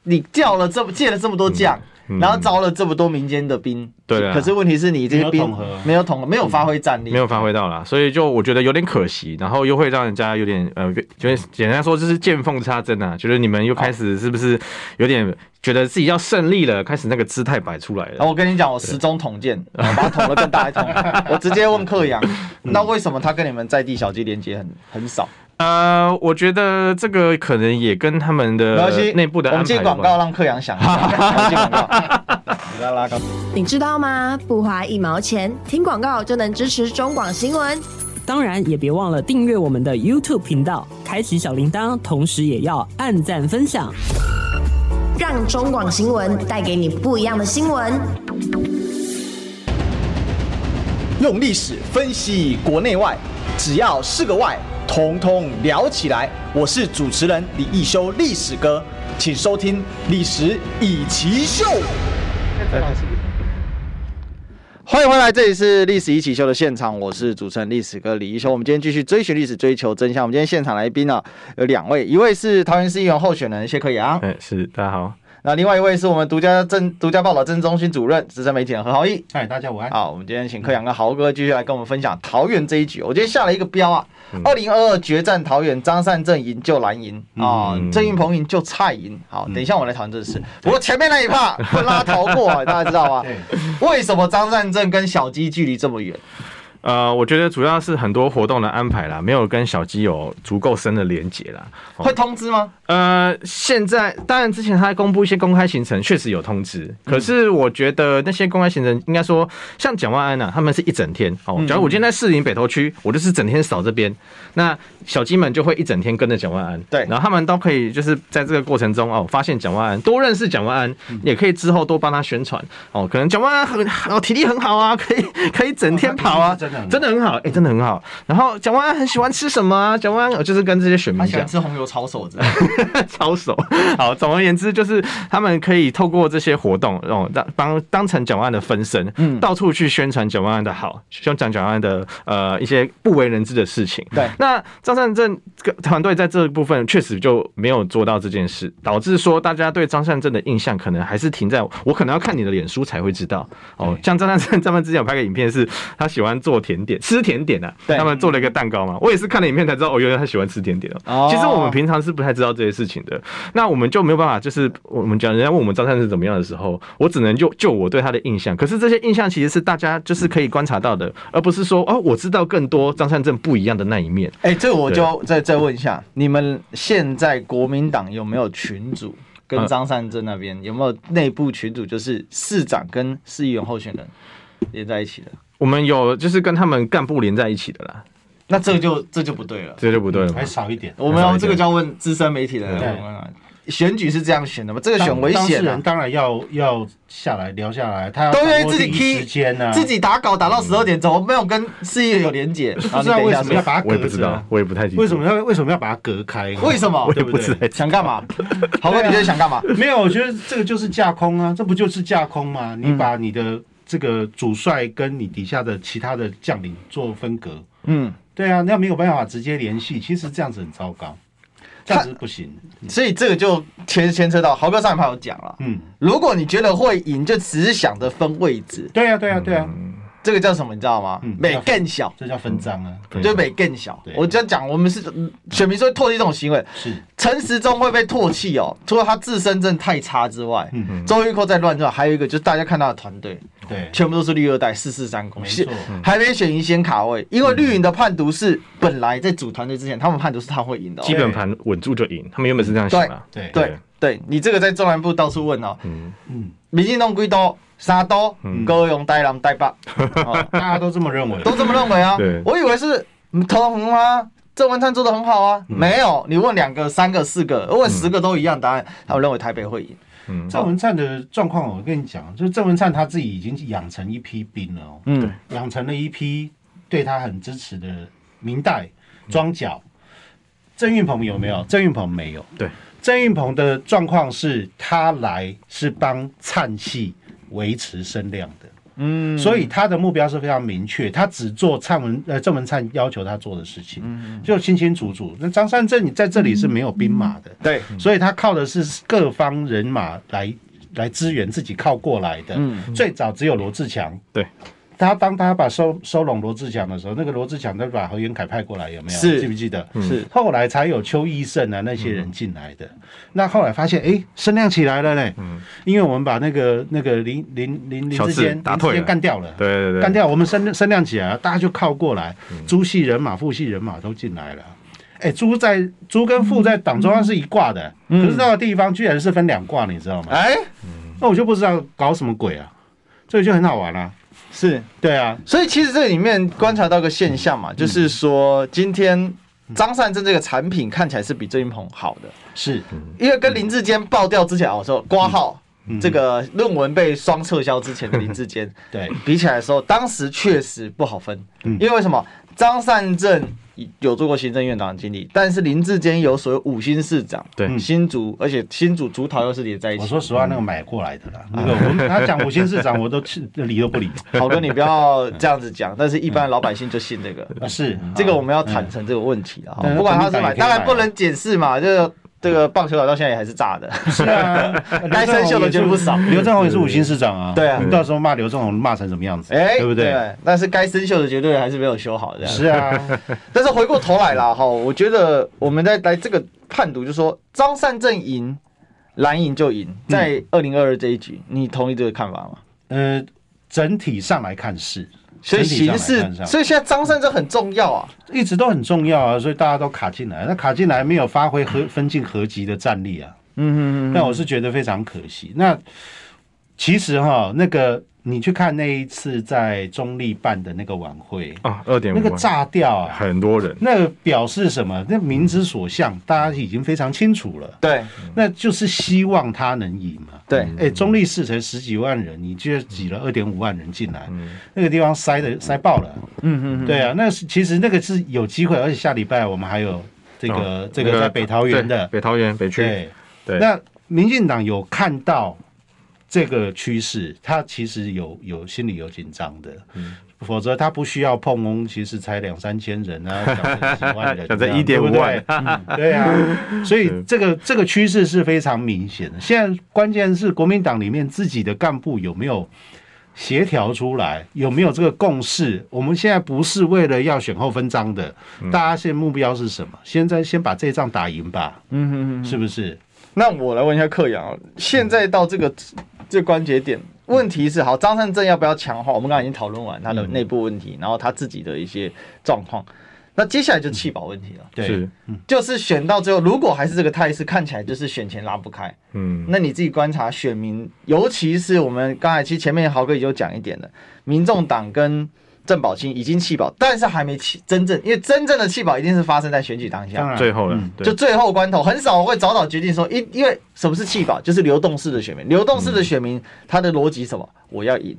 A: 你叫了这么借了这么多将，
B: 嗯
A: 然后招了这么多民间的兵，
B: 对啊
A: 可是问题是你这些
C: 没有
A: 兵
C: 统合
A: 没有统合，没有发挥战力，
B: 没有发挥到啦，所以就我觉得有点可惜，然后又会让人家有点呃，就是简单说就是见缝插针啊，觉得你们又开始是不是有点觉得自己要胜利了，开始那个姿态摆出来
A: 然后
B: 了。
A: 啊我跟你讲，我时钟统
B: [LAUGHS]
A: 见，我把它捅了更大一桶。我直接问克阳，
B: 嗯
A: 那为什么他跟你们在地小鸡连接很很少？
B: 呃，我觉得这个可能也跟他们
A: 没
B: 的
A: 关系，
B: 呃内部的
A: 我
B: 安
A: 们
B: 排
A: 接
B: 有
A: 广
B: 关
A: 告让克阳想一下。 [LAUGHS] 我们接广
B: [LAUGHS]
A: 告，给他拉高。
E: 你知道吗？不花一毛钱，听广告就能支持中广新闻。
F: 当然也别忘了订阅我们的 YouTube 频道，开启小铃铛，同时也要按赞分享。
E: 让中广新闻带给你不一样的新闻。
D: 用历史分析国内外，只要是个“外”，统统聊起来。我是主持人李一修，历史哥，请收听《历史以奇秀》。
A: 欢迎回来，这里是《历史一起秀》的现场，我是主持人历史哥李一修。我们今天继续追寻历史，追求真相。我们今天现场来宾啊，有两位，一位是桃园市议员候选人谢克阳，
B: 哎，是，大家好。
A: 那另外一位是我们独家政独家报道政治中心主任资深媒体人何豪毅。
C: 嗨，大家午安。
A: 好，我们今天请柯阳跟豪哥继续来跟我们分享桃园这一局。我今天下了一个标啊，二零二二决战桃园，张善政赢就蓝营啊，郑运鹏赢就蔡赢。好，等一下我们来讨论这事。不过前面那一趴会拉逃过 [LAUGHS] 啊，大家知道吗？为什么张善政跟小鸡距离这么远？
B: 呃，我觉得主要是很多活动的安排啦，没有跟小鸡有足够深的连结啦。哦
A: 会通知吗？
B: 呃，现在当然之前他公布一些公开行程，确实有通知，可是我觉得那些公开行程应该说，像蒋万安呐、啊，他们是一整天哦。假如我今天在士林北投区，我就是整天扫这边，那小鸡们就会一整天跟着蒋万安，
A: 对
B: 然后他们都可以就是在这个过程中哦，发现蒋万安，多认识蒋万安，也可以之后多帮他宣传哦。可能蒋万安很哦体力很好啊， [LAUGHS] 可以可以整天跑啊，
C: 哦他体力是真的很
B: 真的很好，
C: 好
B: 哎、真的很好。然后蒋万安很喜欢吃什么啊？蒋万安就是跟这些选民
A: 他喜
B: 讲
A: 欢。吃红油抄手，子。
B: 操手。 [LAUGHS] 好，总而言之，就是他们可以透过这些活动，哦，当帮当成蒋万安的分身，嗯，到处去宣传蒋万安的好，宣传蒋万安的呃一些不为人知的事情。
A: 对
B: 那张善政这个团队在这部分确实就没有做到这件事，导致说大家对张善政的印象可能还是停在我可能要看你的脸书才会知道。哦，像张善政他们之前有拍个影片是，他喜欢做甜点，吃甜点啊。
A: 对
B: 他们做了一个蛋糕嘛，我也是看了影片才知道，哦，原来他喜欢吃甜点
A: 哦
B: 哦。其实我们平常是不太知道这些事情的，那我们就没有办法，就是我们讲人家问我们张三是怎么样的时候，我只能就就我对他的印象。可是这些印象其实是大家就是可以观察到的，而不是说哦，我知道更多张善正不一样的那一面。
A: [LAUGHS] 哎、这个我就再再问一下，你们现在国民党有没有群主跟
B: 嗯
A: 张善政那边、有没有内部群主，就是市长跟市议员候选人连在一起的？
B: 我们有就是跟他们干部连在一起的啦，
A: 那这就这就不对了。
B: 这就不对了嘛
C: 还。少一点。
A: 我们要这个就要问资深媒体的人
C: 对
A: 我们啊。选举是这样选的吗？这个选
C: 当
A: 危
C: 当事
A: 险、
C: 人
A: 啊，
C: 当然要要下来聊下来，他要
A: 都愿
C: 掌
A: 意
C: 握
A: 自己
C: 第一时
A: key，、
C: 间啊呢，
A: 自己打稿打到十二点，怎么没有跟市议员有连结？
C: 不
A: 不
C: 知道为什么要把它
B: 我
C: 隔
B: 也不知道
C: 着，，
B: 我也不太清楚
C: 为什么要为什么要把它隔开？
A: [LAUGHS] 为什么
B: 我也不知道。
A: 想干嘛？豪哥，你觉得想干嘛？
C: [LAUGHS] 没有，我觉得这个就是架空啊，这不就是架空
A: 嗯
C: 吗？你把你的这个主帅跟你底下的其他的将领做分隔，
A: 嗯，
C: 对啊，那没有办法直接联系，其实这样子很糟糕，这样子不行。
A: 所以这个就牵牵扯到豪哥上一盘有讲了，
C: 嗯，
A: 如果你觉得会赢，就只是想着分位置，
C: 对啊，对啊，对啊，
A: 这个叫什么？你知道吗
C: 嗯？
A: 美更小，
C: 这叫分赃啊，
B: 对
A: 就美更小
C: 对。
A: 我这样讲，我们是选民是会唾弃这种行为，
C: 是
A: 陈时中会被唾弃哦，除了他自身真的太差之外，
C: 嗯
A: 周玉蔻在乱转，还有一个就是大家看到的团队
C: 对，
A: 全部都是绿二代，四四三公，
C: 没
A: 是嗯
C: 错
A: 还没选赢先卡位，因为绿营的判读是本来在组团队之前，他们判读是他会赢的、哦
B: 基，本盘稳住就赢，他们原本是这样想啊。
C: 对
A: 对对，你这个在中南部到处问哦，
B: 嗯，
C: 嗯，
A: 民进党归都三都，高雄台南台北，哦
C: 大家都这么认为，
A: 都这么认为啊
B: 对。
A: 我以为是嗯头红啊，郑文灿做的很好啊，没有，你问两个、三个、四个，问十个都一样答案，他们认为台北会赢。
C: 郑文灿的状况，我跟你讲，就是郑文灿他自己已经养成一批兵了哦，
A: 嗯，
C: 养成了一批对他很支持的明代庄脚。郑运鹏有没有？郑运鹏没有。
B: 对，
C: 郑运鹏的状况是他来是帮灿系维持声量的，嗯，所以他的目标是非常明确，他只做灿文呃郑文灿要求他做的事情，就清清楚楚。那张善政你在这里是没有兵马的，
A: 对，
C: 所以他靠的是各方人马来来支援自己靠过来的。最早只有罗志强，
B: 对，
C: 他当他把收收拢罗志强的时候，那个罗志强他把何元凯派过来，有没有？
A: 是
C: 记不记得？
A: 是
C: 后来才有邱义胜啊那些人进来的。那后来发现，哎，声量起来了嘞。因为我们把那个那个林林林林
B: 嗯小
C: 志
B: 智
C: 坚
B: 打
C: 林志
B: 退
C: 坚
B: 了
C: 干掉了。
B: 对对对，
C: 干掉，我们声声量起来了，大家就靠过来，
B: 嗯
C: 朱系人马、副系人马都进来了。哎，朱在朱跟副在党中央是一挂的，
B: 嗯
C: 可是那个地方居然是分两挂，你知道吗？
A: 哎，
C: 那我就不知道搞什么鬼啊，这个就很好玩啊。
A: 是，
C: 对啊，
A: 所以其实这里面观察到个现象
C: 嗯
A: 嘛，就是说今天。张善政这个产品看起来是比郑云鹏好的，
C: 是
B: 嗯
A: 因为跟林志坚爆掉之前哦，说挂号
C: 嗯
A: 这个论文被双撤销之前的林志坚，
C: 对，
B: 嗯
A: 比起来的时候，当时确实不好分，
C: 嗯
A: 因为为什么？张善政有做过行政院长的经历，但是林志坚有所谓五星市长，
B: 对
A: 嗯新竹，而且新竹竹桃又是连在一
C: 我
A: 起。
C: 说实话，那个买过来的啦，那个
B: 嗯
C: 我们他讲五星市长，我都气理都
B: [LAUGHS]
C: 不理。
A: 好哥，你不
C: [LAUGHS]
A: 要这样子讲，但是一般老百姓就信这个，
C: 啊，是
A: 这个我们要坦诚这个问题啊
C: 嗯，
A: 不管他是买，当
C: 但是
A: 然不能解释嘛，这个这个棒球场到现在也还是炸
C: [LAUGHS]
A: 的，
C: 是啊，
A: [LAUGHS] 该生锈的绝不少
C: 刘正宏也是五星市长啊，
A: 对啊
C: 你到时候骂刘正宏骂成什么样子？
A: 哎，
C: 对不对？？
A: 但是该生锈的绝对还是没有修好，这样
C: 是啊，
A: 但是回过头来啦，哈，我觉得我们在来这个判读，就说张善政赢，蓝赢就赢，在
C: 嗯
A: 二零二二这一局，你同意这个看法吗？
C: 呃，整体上来看是，
A: 所以
C: 整体上
A: 形势
C: 来看，上
A: 所以现在张善政很重要啊。
C: 一直都很重要啊，所以大家都卡进来，那卡进来没有发挥合分进合集的战力啊，
A: 嗯嗯
C: 那我是觉得非常可惜。那其实哈，那个你去看那一次在中立办的那个晚会，
A: 哦
B: 啊，二点五
C: 那个炸掉啊，
B: 很多人，
C: 那个表示什么？那民之所向，大家已经非常清楚了，
A: 对
C: 那就是希望他能赢嘛。
A: 对，
C: 哎、中立市才十几万人，你居然挤了二点五万人进来，那个地方塞的塞爆了。
A: 嗯嗯嗯，
C: 对啊，那是其实那个是有机会，而且下礼拜我们还有这个、
B: 哦
C: 这个在北桃园的
B: 对，北桃园北区，
C: 对，
B: 对
C: 那民进党有看到这个趋势，他其实有有心里有紧张的，否则他不需要碰翁，其实才两三千人啊，讲成几万人这
B: 讲
C: 样，
B: 成
C: 对不
B: 1.5万
C: 对嗯对啊，所以这个这个趋势是非常明显的。现在关键是国民党里面自己的干部有没有协调出来，有没有这个共识？我们现在不是为了要选后分章的，大家现在目标是什么？现在先把这一仗打赢吧，
A: 嗯哼哼。
C: 是不是？
A: 那我来问一下克阳，哦现在到这个
C: 嗯
A: 这个关节点，问题是好，张善政要不要强化？我们刚才已经讨论完他
C: 嗯
A: 的内部问题，然后他自己的一些状况。那接下来就弃保问题了，
C: 嗯对
B: 是，
A: 就是选到最后，如果还是这个态势，看起来就是选前拉不开。
B: 嗯，
A: 那你自己观察选民，尤其是我们刚才其实前面豪哥也有讲一点的，民众党跟郑宝清已经弃保，但是还没弃真正，因为真正的弃保一定是发生在选举当下
C: 当。然
B: 最后了
C: 嗯，
B: 对
A: 就最后关头，很少会早早决定说，因因为什么是弃保，就是流动式的选民。流动式的选民，他的逻辑是什么？我要赢，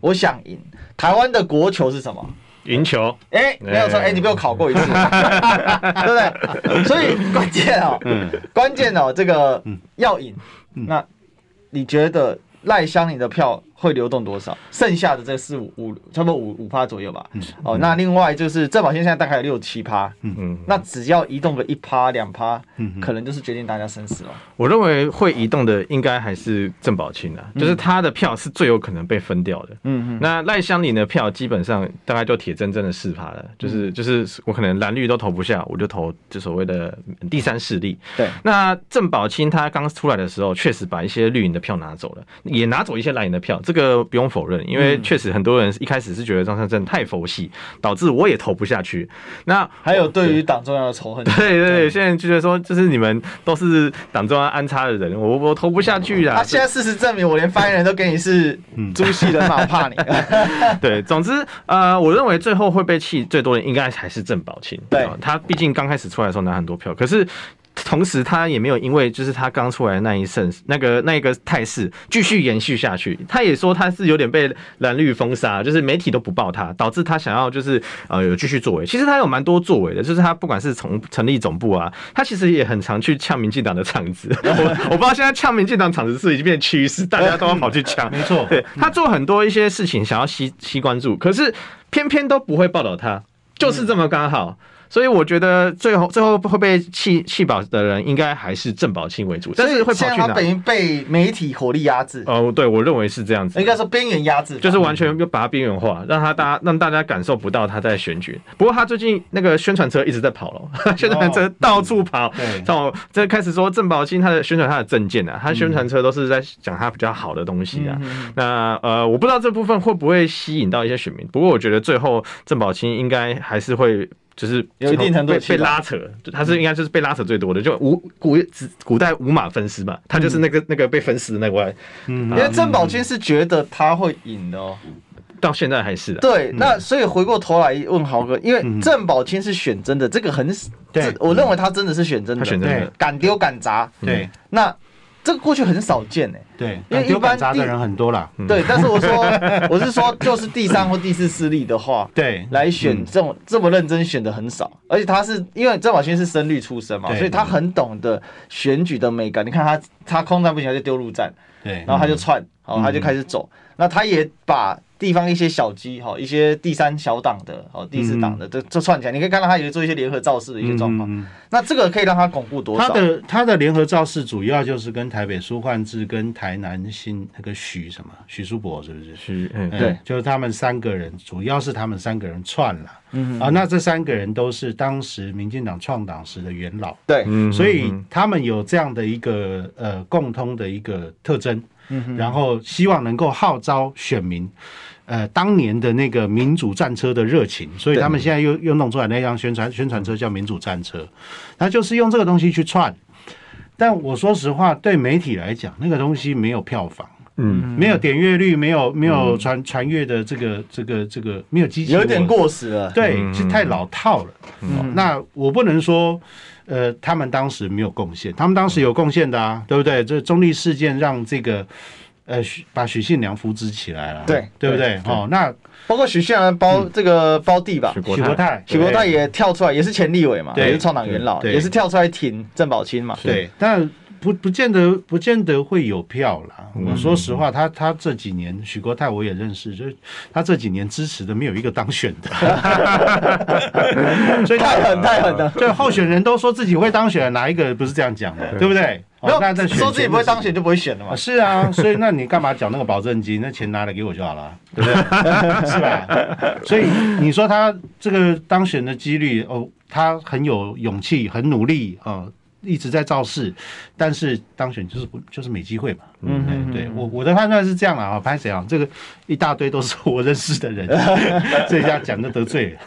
A: 我想赢。台湾的国球是什么？
B: 赢球，
A: 哎、没有错，哎、你被我考过一次， [LAUGHS] 对不对？所以关键哦，关键哦，这个要赢。那你觉得赖香你的票会流动多少？剩下的这四五五，差不多五五趴左右吧。哦，那另外就是郑宝先现在大概有六七趴，
B: 嗯，
A: 那只要移动个一趴两趴
C: 嗯，哼
A: 可能就是决定大家生死了。哦
B: 我认为会移动的应该还是郑宝清啊，就是他的票是最有可能被分掉的。
A: 嗯嗯，
B: 那赖香林的票基本上大概就铁铮铮的四趴了，就是就是我可能蓝绿都投不下，我就投就所谓的第三势力。
A: 对，
B: 那郑宝清他刚出来的时候，确实把一些绿营的票拿走了，也拿走一些蓝营的票，这个不用否认，因为确实很多人一开始是觉得张善政太佛系，导致我也投不下去。那
A: 还有对于党中央的仇恨，
B: 对对对，现在就觉得说，就是你们都是党中央安插的人，我我投不下去啦。
A: 啊，现在事实证明，我连发言人都给你是朱系人嘛，我怕你。
B: 对，总之，呃，我认为最后会被气最多的应该还是郑宝清。
A: 对
B: 啊他毕竟刚开始出来的时候拿很多票，可是。同时，他也没有因为就是他刚出来的那一阵那个那个态势继续延续下去。他也说他是有点被蓝绿封杀，就是媒体都不报他，导致他想要就是呃有继续作为。其实他有蛮多作为的，就是他不管是从成立总部啊，他其实也很常去呛民进党的场子。 [LAUGHS] 我我不知道现在呛民进党场子是已经变趋势，大家都要跑去呛。
C: [LAUGHS] 没错，
B: 对他做很多一些事情想要吸吸关注，可是偏偏都不会报道他，就是这么刚好。所以我觉得最后最后会被弃弃保的人，应该还是郑宝清为主，但是会
A: 现在
B: 跑去
A: 他
B: 哪
A: 等？于被媒体火力压制，
B: 哦，对，我认为是这样子
A: 应。该说边缘压制吧，
B: 就是完全就把他边缘化，让他大家让大家感受不到他在选举。不过他最近那个宣传车一直在跑了， [LAUGHS] 宣传
A: 哦
B: 车到处
A: 嗯
B: 跑，
C: 对
B: 像我这开始说郑宝清他的宣传他的证件啊，他宣传
A: 嗯
B: 车都是在讲他比较好的东西啊。那呃，我不知道这部分会不会吸引到一些选民，不过我觉得最后郑宝清应该还是会。就是
A: 有一定程度
B: 被
A: 的期
B: 被
A: 待嗯
B: 拉扯，就他是应该就是被拉扯最多的，就五古古代五马分尸嘛，他
A: 嗯
B: 就是那个那个被分尸的那位，
A: 因为郑宝清是觉得他会赢的哦。
B: 嗯到现在还是啊。
A: 对，那所以回过头来问豪哥，因
B: 嗯
A: 为郑宝清是选真的，这个很，
C: 对
A: 这我认为他真的是选真的，
B: 他选真的，
A: 敢丢敢砸。嗯
C: 对
A: 那这个过去很少见哎。
C: 对，
A: 因为
C: 敢
A: 一
C: 丢
A: 般
C: 敢砸
A: 地
C: 的人很多啦。
B: 嗯
A: 对，但是我说，我是说，就是第三或第四势力的话，
C: 对
A: 来
C: 嗯
A: 选这种这么认真选的很少，而且他是因为郑宝清是声律出身嘛，
C: 对
A: 所以他很懂得选举的美感。你看他，他空战不行他就丢陆战，
C: 对，
A: 然后他就窜，
C: 嗯
A: 哦，他就开始走。那他也把地方一些小鸡，哦哈，一些第三小党的，哦，第四党的，这这串起来，你可以看到他也做一些联合造势的一些状况。
C: 嗯
A: 那这个可以让他巩固多
C: 他
A: 少？
C: 的他的联合造势主要就是跟台北苏焕智跟台南新那个许什么许书博是不是？
B: 是，嗯，
C: 嗯
A: 对
C: 就是他们三个人，主要是他们三个人串了。嗯啊，那这三个人都是当时民进党创党时的元老，
A: 对，
B: 嗯
C: 所以他们有这样的一个呃共通的一个特征，然后希望能够号召选民。呃，当年的那个民主战车的热情，所以他们现在又又弄出来那辆宣传宣传车叫民主战车，他就是用这个东西去串。但我说实话，对媒体来讲，那个东西没有票房，
B: 嗯，
C: 没有点阅率，没有没有传传阅的这个这个这个没有激情，
A: 有点过时了。
C: 对，是太老套了。哦那我不能说，呃，他们当时没有贡献，他们当时有贡献的啊，对不对？这中立事件让这个。呃，许把许信良扶植起来了，
A: 对
C: 对不对？哦，那
A: 包括许信良包这个包地吧
B: 许，国
C: 嗯许国泰，
A: 许国泰也跳出来，也是前立委嘛，
C: 对
A: 也是创党元老，
C: 对
A: 也是跳出来挺郑宝清嘛。
C: 对，对，但不不见得不见得会有票啦。我说实话，他他这几年许国泰我也认识，就是他这几年支持的没有一个当选
A: [LAUGHS]
C: 的， [LAUGHS] 所以他
A: 太狠太狠了， [LAUGHS]
C: 对，候选人都说自己会当选，哪一个不是这样讲的，对不对？哦那那选
A: 说自己
C: 前
A: 不会
C: 的时候
A: 当选就不会选了嘛
C: 啊，。是啊，所以那你干嘛缴那个保证金？那钱拿来给我就好了，对不对？ [LAUGHS] 是吧？所以你说他这个当选的几率，哦，他很有勇气，很努力啊、呃一直在造势，但是当选就是不就是没机会嘛。嗯，对我我的判断是这样啦啊，拍谁啊？这个一大堆都是我认识的人， [LAUGHS] 这一下讲就得罪了。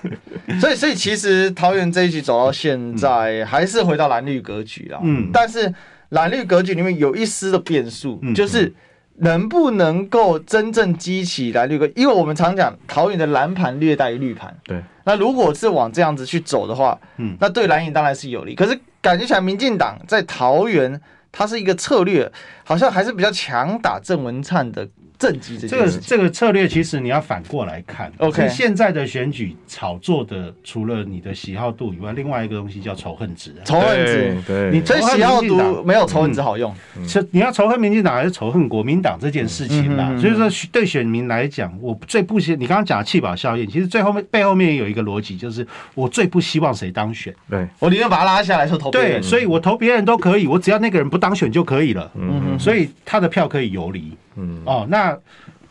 A: 哦所以，所以其实桃园这一局走到现在，还是回到蓝绿格局啦。
C: 嗯
A: 但是蓝绿格局里面有一丝的变数，
C: 嗯
A: 就是能不能够真正激起蓝绿格，因为我们常讲桃园的蓝盘略大于绿盘。
B: 对，
A: 那如果是往这样子去走的话，
C: 嗯
A: 那对蓝营当然是有利。可是感觉起来，民进党在桃园，它是一个策略，好像还是比较强打郑文灿的政绩这
C: 这
A: 件
C: 个
A: 事情。
C: 这个策略其实你要反过来看
A: OK
C: 是现在的选举炒作的，除了你的喜好度以外，另外一个东西叫仇恨值啊。
A: 仇恨值，
B: 对，
C: 你
A: 所以喜好
C: 仇恨民进
A: 读
C: 党
A: 没有仇恨值好用。
C: 是你要仇恨民进党还是仇恨国民党这件事情啦
A: 嗯嗯嗯嗯？
C: 所以说对选民来讲，我最不希你刚刚讲的弃保效应，其实最后面背后面有一个逻辑，就是我最不希望谁当选。
B: 对，
A: 我宁愿把他拉下来说投别
C: 对，
A: 人。
C: 所以我投别人都可以，我只要那个人不当选就可以了。
A: 嗯
C: 所以他的票可以游离。
B: 嗯，
C: 哦，那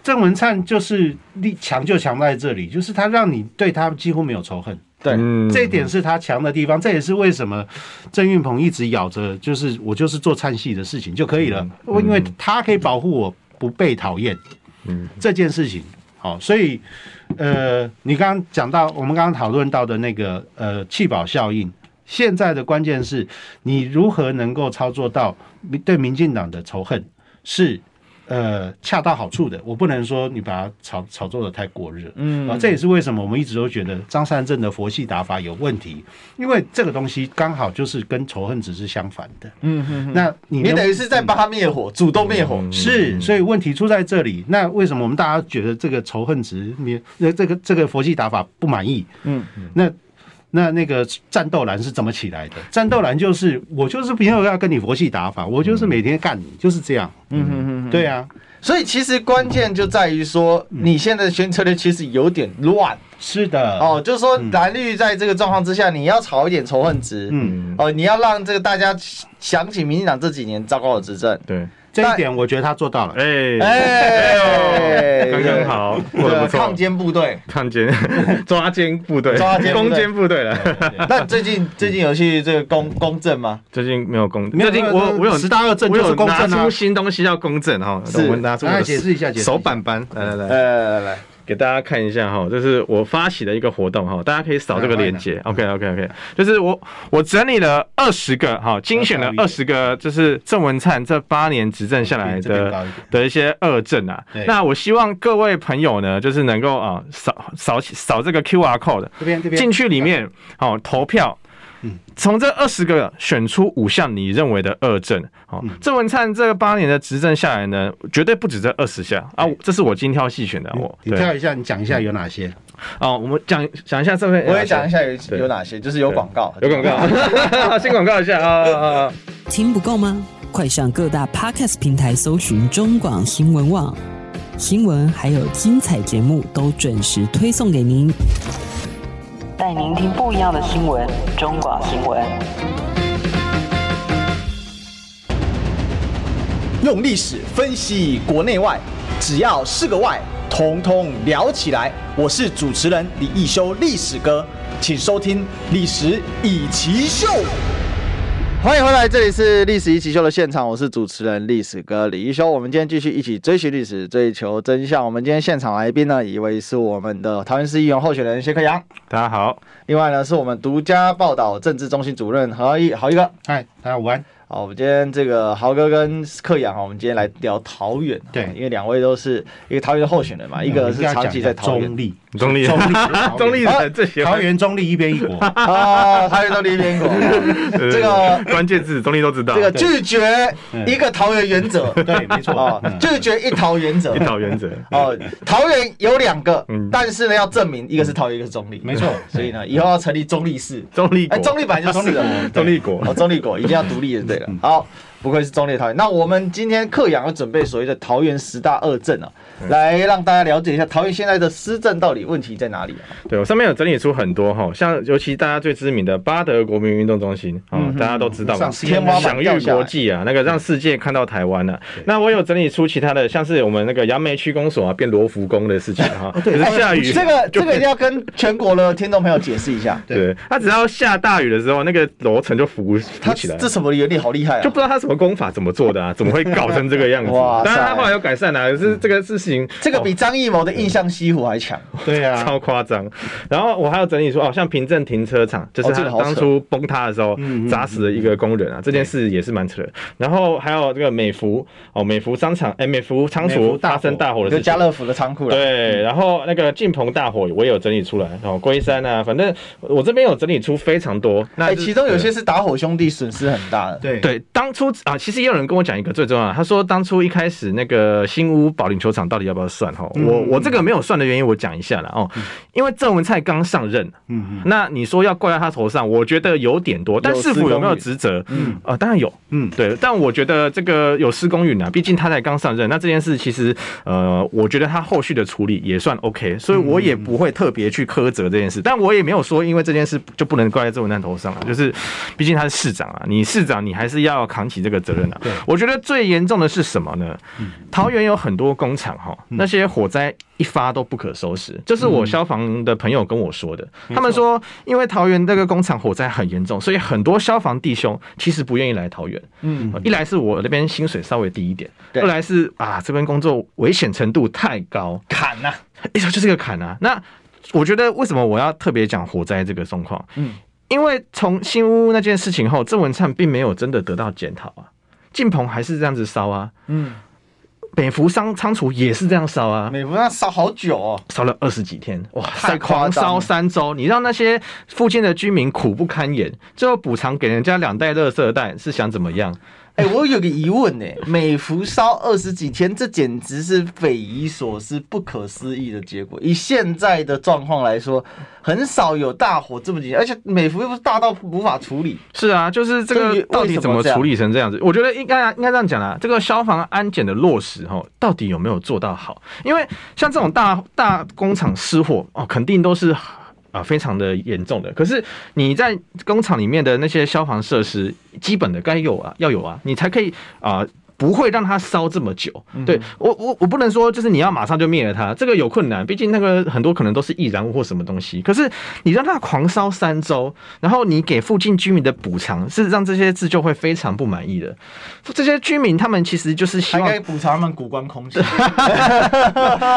C: 郑文灿就是力强就强在这里，就是他让你对他几乎没有仇恨。
A: 对，
B: 嗯
C: 这一点是他强的地方，这也是为什么郑运鹏一直咬着，就是我就是做唱戏的事情就可以了，
A: 嗯
C: 因为他可以保护我不被讨厌，
B: 嗯
C: 这件事情。好、所以呃，你刚刚讲到，我们刚刚讨论到的那个呃弃保效应，现在的关键是你如何能够操作到民对民进党的仇恨是。呃，恰到好处的，我不能说你把它炒炒作的太过热，嗯啊，这也是为什么我们一直都觉得张善政的佛系打法有问题，因为这个东西刚好就是跟仇恨值是相反的，嗯嗯，那你
A: 你嗯
C: 能
A: 等于是在帮他灭火，主动灭火。
C: 是，所以问题出在这里。那为什么我们大家觉得这个仇恨值，你那这个这个佛系打法不满意？
A: 嗯，
C: 那那那个战斗蓝是怎么起来的？战斗蓝就是我就是没有要跟你佛系打法，我就是每天干你，就是这样。嗯嗯嗯，对啊，
A: 所以其实关键就在于说，你现在的宣策略其实有点乱
C: 是的，
A: 哦，，就是说蓝绿在这个状况之下，你要炒一点仇恨值，
C: 嗯，
A: 哦，你要让这个大家想起民进党这几年糟糕的执政。
B: 对，
C: 这一点我觉得他做到了。
B: 哎，
A: 哎
B: 刚刚，好，过
A: 对
B: 得不
A: 抗
C: 啊
B: 错。
A: 奸部队。
B: 抗奸
C: [LAUGHS]
B: 抓奸部队，
A: 抓奸部队
B: 攻坚部队了。
A: 那最近最近有去这个公公正吗？
B: [LAUGHS] 最近没有公，
C: 没有
B: 最近
C: 没有
B: 我我有
C: 十大恶政
B: 我有
C: 就是公正啊
B: 拿出新东西要公正哈。
A: 是
B: 我们拿出我
C: 来
B: 的
C: 解释一下解释一下
B: 手板板，来来来，
A: 呃，来来来，
B: 给大家看一下哈，这是我发起的一个活动哈，大家可以扫这个链接。OK OK OK，就是我我整理了二十个哈，精选了二十个，就是郑文灿这八年执政下来
C: 这边这边高
B: 的
C: 一点
B: 的一些恶政啊
C: 对。
B: 那我希望各位朋友呢，就是能够啊扫扫扫这个 QR code，
C: 这边这边
B: 进去里面哦投票。
A: 嗯
B: 从这二十个选出五项你认为的恶政，哦，
A: 嗯
B: 郑文灿这八年的执政下来呢，绝对不止这二十项啊！我这是我精挑细选的，我
C: 你
B: 对
C: 跳一下，你讲一下有哪些？
B: 哦，我们讲讲一下这份，
A: 我也讲一下有
B: 对
A: 有哪些，就是有广告，
B: 有广告， [LAUGHS] 先广告一下啊啊啊！
F: 听不够吗？快上各大 Podcast 平台搜寻中广新闻网，新闻还有精彩节目都准时推送给您。
G: 带您听不一样的新闻，中广新闻。
D: 用历史分析国内外，只要是个“外”，统统聊起来。我是主持人李一修，历史哥，请收听《历史以奇秀》。
A: 欢迎回来，这里是《历史一起秀》的现场，我是主持人历史哥李一修。我们今天继续一起追寻历史，追求真相。我们今天现场来宾呢，一位是我们的桃园市议员候选人谢克阳，
B: 大家好，
A: 另外呢是我们独家报道政治中心主任何一豪一哥。
C: 嗨，哎大家午安。
A: 好，我们今天这个豪哥跟克阳啊，我们今天来聊桃园，
C: 对
A: 因为两位都是一个桃园的候选人嘛，一个是长期在桃园
C: 中立，
B: 中立，
C: 中立
B: 中立人最喜欢
C: 桃园中立一边一国。
A: 啊，桃园都离边国，
B: 对
A: 这个
B: 呃关键字中立都知道，
A: 这个拒绝一个桃园原
B: [LAUGHS]
A: 则，
C: 对，没错。
A: 啊，
C: 嗯
A: 拒绝一桃原则
B: 一。岛原则，
A: 哦，桃园有两个
B: 嗯，
A: 但是呢，要证明一个是桃园，一个是中立，
C: 没错
A: [LAUGHS] 所以呢，以后要成立中立市，
B: 中立
A: 哎，
B: 国， [LAUGHS] 啊
A: 中立本来就是了，
B: 中立国嗯
A: 哦，中立国一定要独立的，对了。好，不愧是中立的桃园。那我们今天克阳要准备所谓的桃园十大恶政啊，
B: 嗯
A: 来让大家了解一下桃园现在的施政到底问题在哪里、啊。
B: 对我上面有整理出很多哈，像尤其大家最知名的巴德国民运动中心
A: 嗯
B: 啊、哦大家都知道嘛，
C: 上天
A: 花板
B: 享誉
A: 掉下来
B: 国际啊，那个让世界看到台湾了、啊。那我有整理出其他的，像是我们那个杨梅区公所啊变罗浮宫的事情哈、可是下
A: 哦哎
B: 雨
A: 这个这
B: [LAUGHS] 就
A: 个一定要跟全国的听众朋友解释一下，
B: 对，它只要下大雨的时候，那个楼层就浮浮
A: 他
B: 起来了
A: 这。什么原理好厉害啊！
B: 就不知道他什么功法怎么做的啊，怎么会搞成这个样子？
A: 哇塞
B: 当然他后来有改善啊，可是这个事情
A: 这个
B: 哦
A: 比张艺谋的印象西湖还强。
C: 对啊，
B: 超夸张。然后我还有整理说，哦，像平镇停车场，就是
A: 哦这
B: 他
A: 个好扯
B: 当初崩塌的时候
C: 嗯嗯
B: 砸死了一个工人啊，这件事也是蛮扯的。然后还有这个美孚哦，美孚商场，哎，美孚仓
C: 美
B: 储
C: 孚大火
B: 发生大火的
A: 就
B: 事情
A: 家。乐福的仓库哎了。
B: 对，然后那个晋鹏大火我也有整理出来，哦，龟山啊，反正我这边有整理出非常多。那
A: 哎，
B: 就是
A: 其中有些是打火兄弟，损失很大的。
C: 对
B: 对，当初啊，其实也有人跟我讲一个最重要的，他说当初一开始那个新屋保龄球场到底要不要算哈？
C: 嗯
B: 我我这个没有算的原因，我讲一下了哦，因为郑文灿刚上任，啊
C: 嗯
B: 那你说要怪在他头上，我觉得有点多，但
A: 有
B: 市
A: 失
B: 府有
A: 公
B: 没有
A: 允
B: 职责？嗯，啊，当然有，
C: 嗯
B: 对，但我觉得这个有失公允啊，毕竟他才刚上任，那这件事其实呃，我觉得他后续的处理也算 OK，所以我
C: 嗯
B: 也不会特别去苛责这件事，但我也没有说因为这件事就不能怪在郑文灿头上啊，就是毕竟他是市长啊，你市长你还是要扛起这个责任啊。我觉得最严重的是什么呢？桃园有很多工厂哈，那些火灾一发都不可收拾，这是我消防的朋友跟我说的。他们说，因为桃园这个工厂火灾很严重，所以很多消防弟兄其实不愿意来桃园。嗯，一来是我那边薪水稍微低一点，
A: 对
B: 二来是啊这边工作危险程度太高，
A: 砍啊呐、
B: 一条就是个坎啊。那我觉得为什么我要特别讲火灾这个状况？
A: 嗯，
B: 因为从新屋那件事情后，郑文灿并没有真的得到检讨啊，晋鹏还是这样子烧啊，
A: 嗯，
B: 北服商仓储也是这样烧啊。
A: 美孚那烧好久哦，
B: 烧了二十几天，哇
A: 太
B: 塞！
A: 夸
B: 狂
A: 张了
B: 烧三周，你让那些附近的居民苦不堪言，最后补偿给人家两袋垃圾袋，是想怎么样？
A: 哎、我有个疑问呢、 [LAUGHS] 美孚烧二十几天，这简直是匪夷所思、不可思议的结果。以现在的状况来说，很少有大火这么紧，而且美孚又不是大到无法处理。
B: 是啊，就是这
A: 所以
B: 个到
A: 为
B: 底
A: 什
B: 怎
A: 么
B: 么
A: 这样
B: 处理成这样子？我觉得应该啊应该这样讲啦，这个消防安检的落实哈，到底有没有做到好？因为像这种大大工厂失火哦，肯定都是。啊，非常的严重的。可是你在工厂里面的那些消防设施，基本的该有啊，要有啊，你才可以啊、不会让它烧这么久。
A: 嗯
B: 对我，我我不能说就是你要马上就灭了它，这个有困难，毕竟那个很多可能都是易燃物或什么东西。可是你让它狂烧三周，然后你给附近居民的补偿，是让这些自救会非常不满意的。这些居民他们其实就是希
A: 还应
B: 望
A: 该补偿他们古关空气，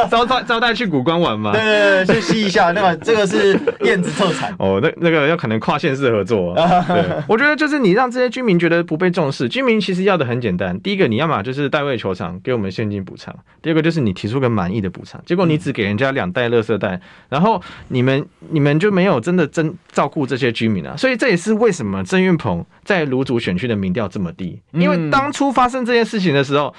B: 招待招待去古关玩嘛
A: 对。对 [LAUGHS] 对，去吸一下。那
B: [LAUGHS]
A: 么这个是燕子特产，
B: 哦，那那个要可能跨县市合作、啊。对，我觉得就是你让这些居民觉得不被重视，居民其实要的很简单，第一个你要么就是代位球场给我们现金补偿，第二个就是你提出个满意的补偿，结果你只给人家两袋垃圾袋，然后你们你们就没有真的真照顾这些居民啊，所以这也是为什么郑运鹏在卢竹选区的民调这么低，因为当初发生这件事情的时候。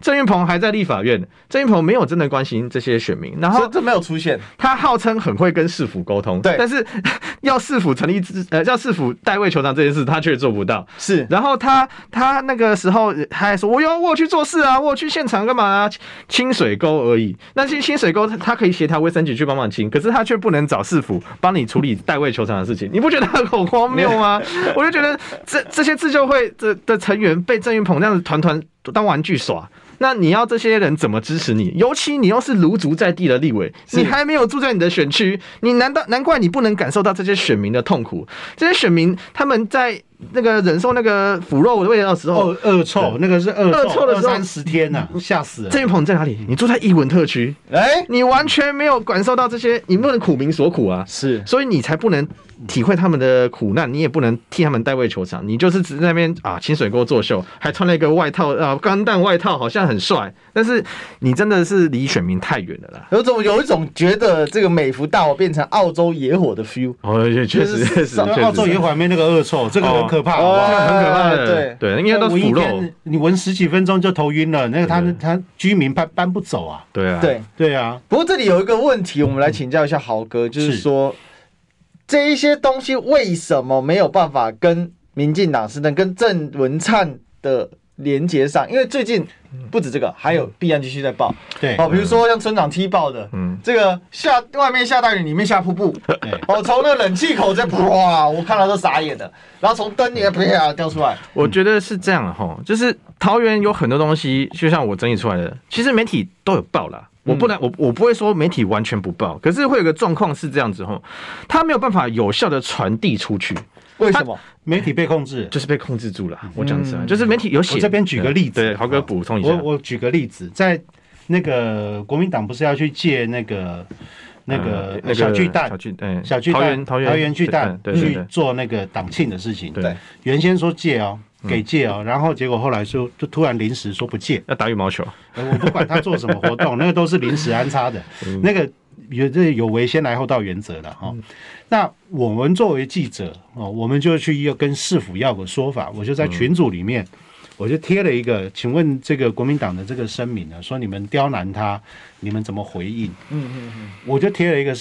B: 郑运鹏还在立法院，郑运鹏没有真的关心这些选民，然后
A: 所以这没有出现。
B: 他号称很会跟市府沟通，
A: 对
B: 但是 [LAUGHS] 要市府成立之呃，要市府代位球场这件事，他却做不到。
A: 是
B: 然后他他那个时候他还说，我有我有去做事啊，我有去现场干嘛啊？清清水沟而已。那些清水沟他他可以协调卫生局去帮忙清，可是他却不能找市府帮你处理代位球场的事情，你不觉得很荒谬吗？我就觉得这这些自救会的的成员被郑云鹏这样子团团当玩具耍。那你要这些人怎么支持你？尤其你又是卢竹在地的立委，你还没有住在你的选区，你难道难怪你不能感受到这些选民的痛苦？这些选民他们在那个忍受那个腐肉的味道的时候，
C: 恶恶臭，那个是恶
B: 恶臭的
C: 二
B: 时候
C: 三十天呐，吓死人。
B: 郑云鹏你在哪里？你住在艺文特区，
A: 哎、
B: 你完全没有感受到这些，你不能苦民所苦啊！
A: 是
B: 所以你才不能体会他们的苦难，你也不能替他们代为求偿，你就是只在那边啊清水沟作秀，还穿了一个外套啊钢弹外套，好像很帅，但是你真的是离选民太远了啦。
A: 有种有一种觉得这个美孚大火变成澳洲野火的 feel。
B: 哦，也确
A: 就是
B: 实确实，
C: 那澳洲野火里面那个恶臭，这个很可怕，好不
B: 这
C: 好
B: 个很可怕的
A: 对，
B: 呃对，应该都是
C: 闻
B: 腐
C: 一
B: 肉，
C: 天，你闻十几分钟就头晕了，那个他
B: 对
C: 他居民搬搬不走啊。
B: 对啊，
A: 对，
C: 对啊，
A: 不过这里有一个问题，我们来请教一下豪哥，就是
C: 是
A: 说这一些东西为什么没有办法跟民进党施政、跟郑文灿的连接上，因为最近不止这个，还有必然继续在报。
C: 对
A: 哦，比如说像村长踢爆的，
B: 嗯
A: 这个下外面下大雨，里面下瀑布，
C: 对
A: 哦，从那冷气口在哇，我看到都傻眼了，然后从灯也啪掉出来，
B: 我觉得是这样的哈，就是桃园有很多东西，就像我整理出来的，其实媒体都有报啦。我不能，
C: 嗯
B: 我我不会说媒体完全不报，可是会有个状况是这样子哈，它没有办法有效的传递出去，
A: 为什么？
C: 媒体被控制。
B: 就是被控制住了。我讲实话，就是媒体有写。
C: 嗯我这边举个例子，
B: 对，豪哥补充一下。
C: 我我举个例子，在那个国民党不是要去借那个那
B: 呃
C: 个
B: 那个
C: 小巨蛋
B: 小巨蛋
C: 小巨
B: 桃园
C: 蛋
B: 桃园
C: 巨蛋
B: 对对对
C: 去做那个党庆的事情。
B: 对，嗯
C: 原先说借哦，给借哦，然后结果后来说就突然临时说不借，
B: 要打羽毛球，
C: 呃我不管他做什么活 [LAUGHS] 动，那个都是临时安插的，那个有这有违先来后到原则了哈、那我们作为记者哦，我们就去要跟市府要个说法，我就在群组里面。我就贴了一个，请问这个国民党的这个声明呢、说你们刁难他，你们怎么回应？嗯嗯嗯，我就贴了一个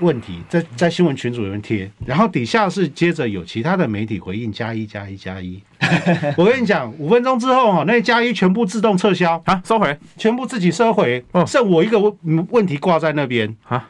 C: 问题，在在新闻群组里面贴，然后底下是接着有其他的媒体回应加一加一加一。 [LAUGHS] 我跟你讲，五分钟之后哈，那加一全部自动撤销。
B: 好，收回。
C: 全部自己收回，
B: 嗯
C: 剩我一个问问题挂在那边
B: 啊，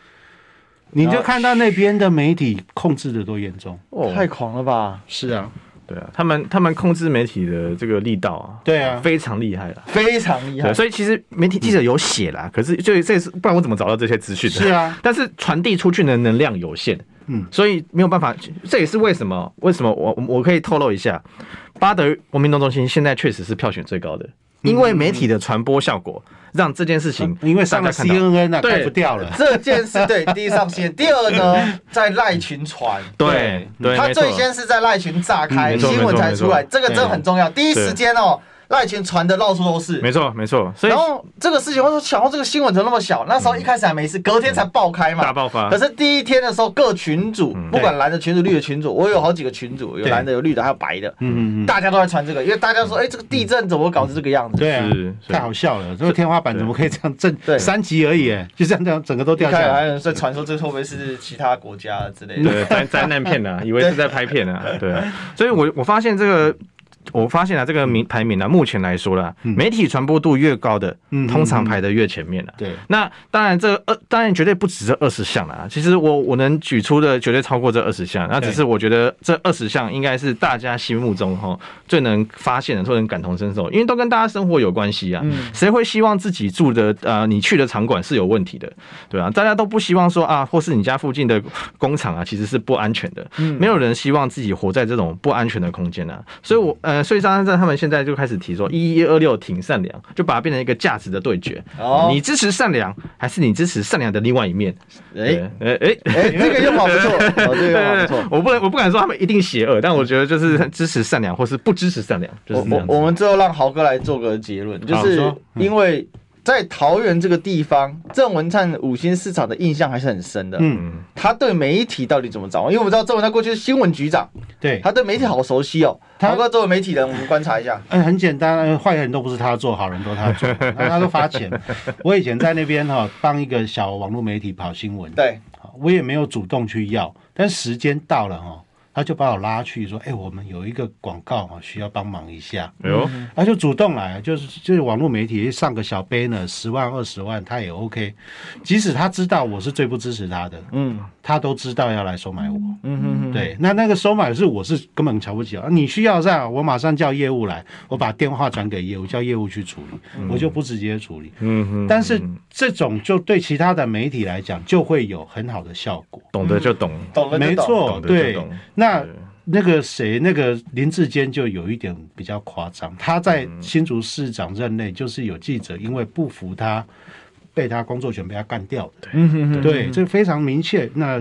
C: 你就看到那边的媒体控制的多严重。
B: 哦
A: 太狂了吧，
C: 是啊，
B: 对啊，他们他们控制媒体的这个力道啊，
C: 对啊
B: 非常厉害了。
A: 非常厉害
B: 对，。所以其实媒体记者有写啦，可是就这也是不然我怎么找到这些资讯呢？
C: 嗯是啊
B: 但是传递出去的能量有限，
C: 嗯
B: 所以没有办法。这也是为什么为什么我我我可以透露一下，巴德文明动中心现在确实是票选最高的，因为媒体的传播效果让这件事情
C: 嗯因为上
B: 大
C: 了
B: 家看到
C: CNN 啊，
B: 对
C: 盖不
B: [LAUGHS]
C: 掉了。
A: 这件事对第一上线，第二呢，在赖群传，
B: 对对，
A: 他
B: 没错
A: 最先是在赖群炸开，
B: 嗯没错
A: 新闻才出来，
B: 没错
A: 这个真的很重要。第一
B: 对
A: 时间哦，赖群传的到处都是。
B: 没错没错，所以
A: 然后这个事情，我说想到这个新闻怎么那么小？那时候一开始还没事，隔天才爆开嘛，
B: 嗯大爆发嗯
A: 可是第一天的时候，各群主不管蓝的群主、绿的群主，我有好几个群主，有
C: 对
A: 蓝的、有绿的，还有白的，
C: 嗯嗯嗯，
A: 大家都在传这个，因为大家
B: 嗯
A: 说，哎，这个地震怎么搞成这个样子？
C: 对啊
B: 是，是
C: 太好笑了。这个天花板怎么可以这样震？
A: 对
C: 三级而已，哎就这样这样整个都
A: 一
C: 掉下
A: 开始还
B: 哎
C: 来。
A: 有人在传说这会不会是其他国家之类的？
B: 对灾灾难片啊，以为是在拍片啊，对啊，所以我我发现这个。我发现啊，这个名排名啊，目前来说啦，媒体传播度越高的，
C: 嗯
B: 通常排的越前面了、
C: 对，
B: 那当然这二当然绝对不止这二十项啦。其实我我能举出的绝对超过这二十项，那只是我觉得这二十项应该是大家心目中哈最能发现的、最能感同身受，因为都跟大家生活有关系
A: 嗯
B: 啊。谁会希望自己住的呃你去的场馆是有问题的，对啊，大家都不希望说啊，或是你家附近的工厂啊，其实是不安全的。
A: 嗯
B: 没有人希望自己活在这种不安全的空间啊。所以我呃，所以张三在他们现在就开始提说一一二六挺善良，就把它变成一个价值的对决。
A: 哦
B: 你支持善良，还是你支持善良的另外一面？
A: 哎
B: 对，哎哎。
A: 哎，这个用法不错，哦，
B: [LAUGHS]
A: 这个用法不错。
B: 我不能，我不敢说他们一定邪恶，但我觉得就是支持善良，或是不支持善良，就
A: 我
B: 是这
A: 我
B: 样子
A: 我们最后让豪哥来做个结论，就
B: 好
A: 是
B: 说
A: 因为在桃园这个地方，郑文灿五星市场的印象还是很深的。
C: 嗯，
A: 他对媒体到底怎么掌握？因为我们知道郑文灿过去是新闻局长，
C: 对，
A: 他对媒体好熟悉哦。
C: 他
A: 豪哥作为媒体人，我们观察一下。
C: 嗯，很简单，呃坏人都不是他做，好人都他
B: [LAUGHS]
C: 做，那他都发钱。我以前在那边哈，帮一个小网络媒体跑新闻，
A: 对，
C: 我也没有主动去要，但时间到了哈，他就把我拉去说，哎、我们有一个广告哈，需要帮忙一下，
B: 哎呦，
C: 他就主动来，就是就是网络媒体上个小 banner 十万二十万，他也 OK，即使他知道我是最不支持他的，嗯，他都知道要来收买我，嗯哼哼，对，那那个收买是我是根本瞧不起啊，你需要这样，我马上叫业务来，我把电话转给业务，叫业务去处理，我就不直接处理，
B: 嗯哼，
C: 但是这种就对其他的媒体来讲，就会有很好的效果。
B: 懂得就懂，
A: 懂了
C: 没
A: 就懂。
C: 错，
B: 懂得就
C: 对
B: 懂。
C: 那
B: 对
C: 那个谁，那个林志坚就有一点比较夸张，他在新竹市长任内，就是有记者因为不服他，被他工作权被他干掉的。对，这非常明确。那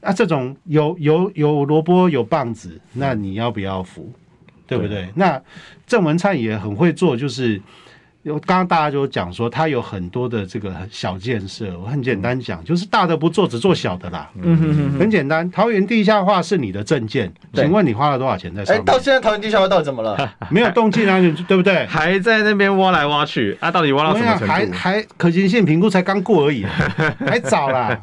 C: 啊，这种有有有萝卜有棒子，那你要不要服？对不对？那郑文灿也很会做，就是。有刚刚大家就讲说，他有很多的这个小建设，我很简单讲，就是大的不做，只做小的啦。嗯哼哼，很简单。桃园地下化是你的证件，
A: 对
C: 请问你花了多少钱在
A: 哎
C: 上，
A: 到
C: 面？
A: 现在桃园地下化到底怎么了？
C: 没有动静啊，你对不对？
B: 还在那边挖来挖去，啊，到底挖到
C: 我
B: 什
C: 跟你
B: 么
C: 讲，
B: 程
C: 还
B: 度？
C: 还可行性评估才刚过而已，啊还早啦。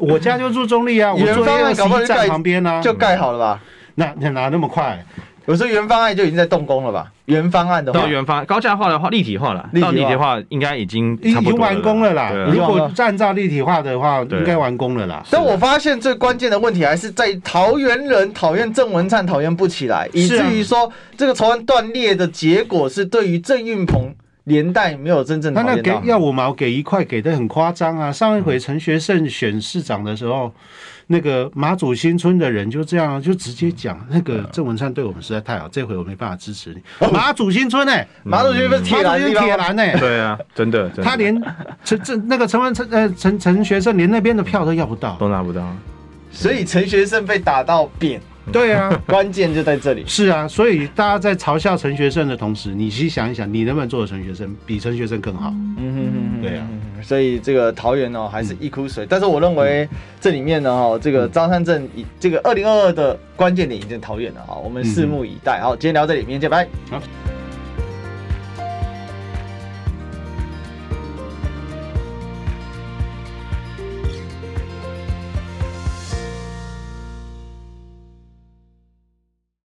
C: 我家就住中立啊，我
A: 远
C: 住
A: 方啊
C: A 二
A: 搞不好就
C: 十一站
A: 盖
C: 旁边啊，
A: 就盖好了吧？
C: 那那哪那么快？
A: 有时候原方案就已经在动工了吧？原方案的话
B: 到，原方高价化的话，立体化了，
A: 立体化
B: 到立体化应该已经
C: 已
B: 差不
C: 经
B: 多
C: 完工了啦
B: 对。啊
A: 已经
C: 如
A: 完
C: 果
A: 工
C: 按照立体化的话，
B: 对
C: 应该完工了啦。
A: 但我发现最关键的问题还是在于桃园人讨厌郑文灿，讨厌不起来，以
C: 是
A: 至
C: 啊
A: 于说这个仇恨断裂的结果是对于郑运鹏连带没有真正
C: 他
A: 讨
C: 那
A: 厌
C: 给
A: 嗯到。
C: 要五毛给一块，给的很夸张啊！上一回陈学圣选市长的时候，那个马祖新村的人就这样啊，就直接
A: 嗯
C: 讲那个郑文灿对我们实在太好，这回我没办法支持你。马祖新村呢、
A: 哦
C: 欸
A: 嗯马祖君不是铁
C: 马
A: 栏
C: 祖新
A: 地
C: 铁
A: 方吗，
C: 栏呢、欸
B: 对啊，真的，真的
C: 他连陈陈那个陈文陈呃陈陈学圣连那边的票都要不到。
A: 哦
B: 都拿不到，
A: 所以陈学圣被打到扁，
C: 对啊，
A: [LAUGHS] 关键就在这里。
C: 是啊，所以大家在嘲笑陈学圣的同时，你去想一想，你能不能做的陈学圣比陈学圣更好？
A: 嗯哼哼哼
C: 对啊，
A: 所以这个桃园哦，还是一枯水。但是我认为
C: 嗯
A: 这里面呢，哦，这个张善政
C: 嗯
A: 以这个二零二二的关键点已经桃园了啊，我们拭目以待。好，今天聊这里，明天见，拜。
C: 好，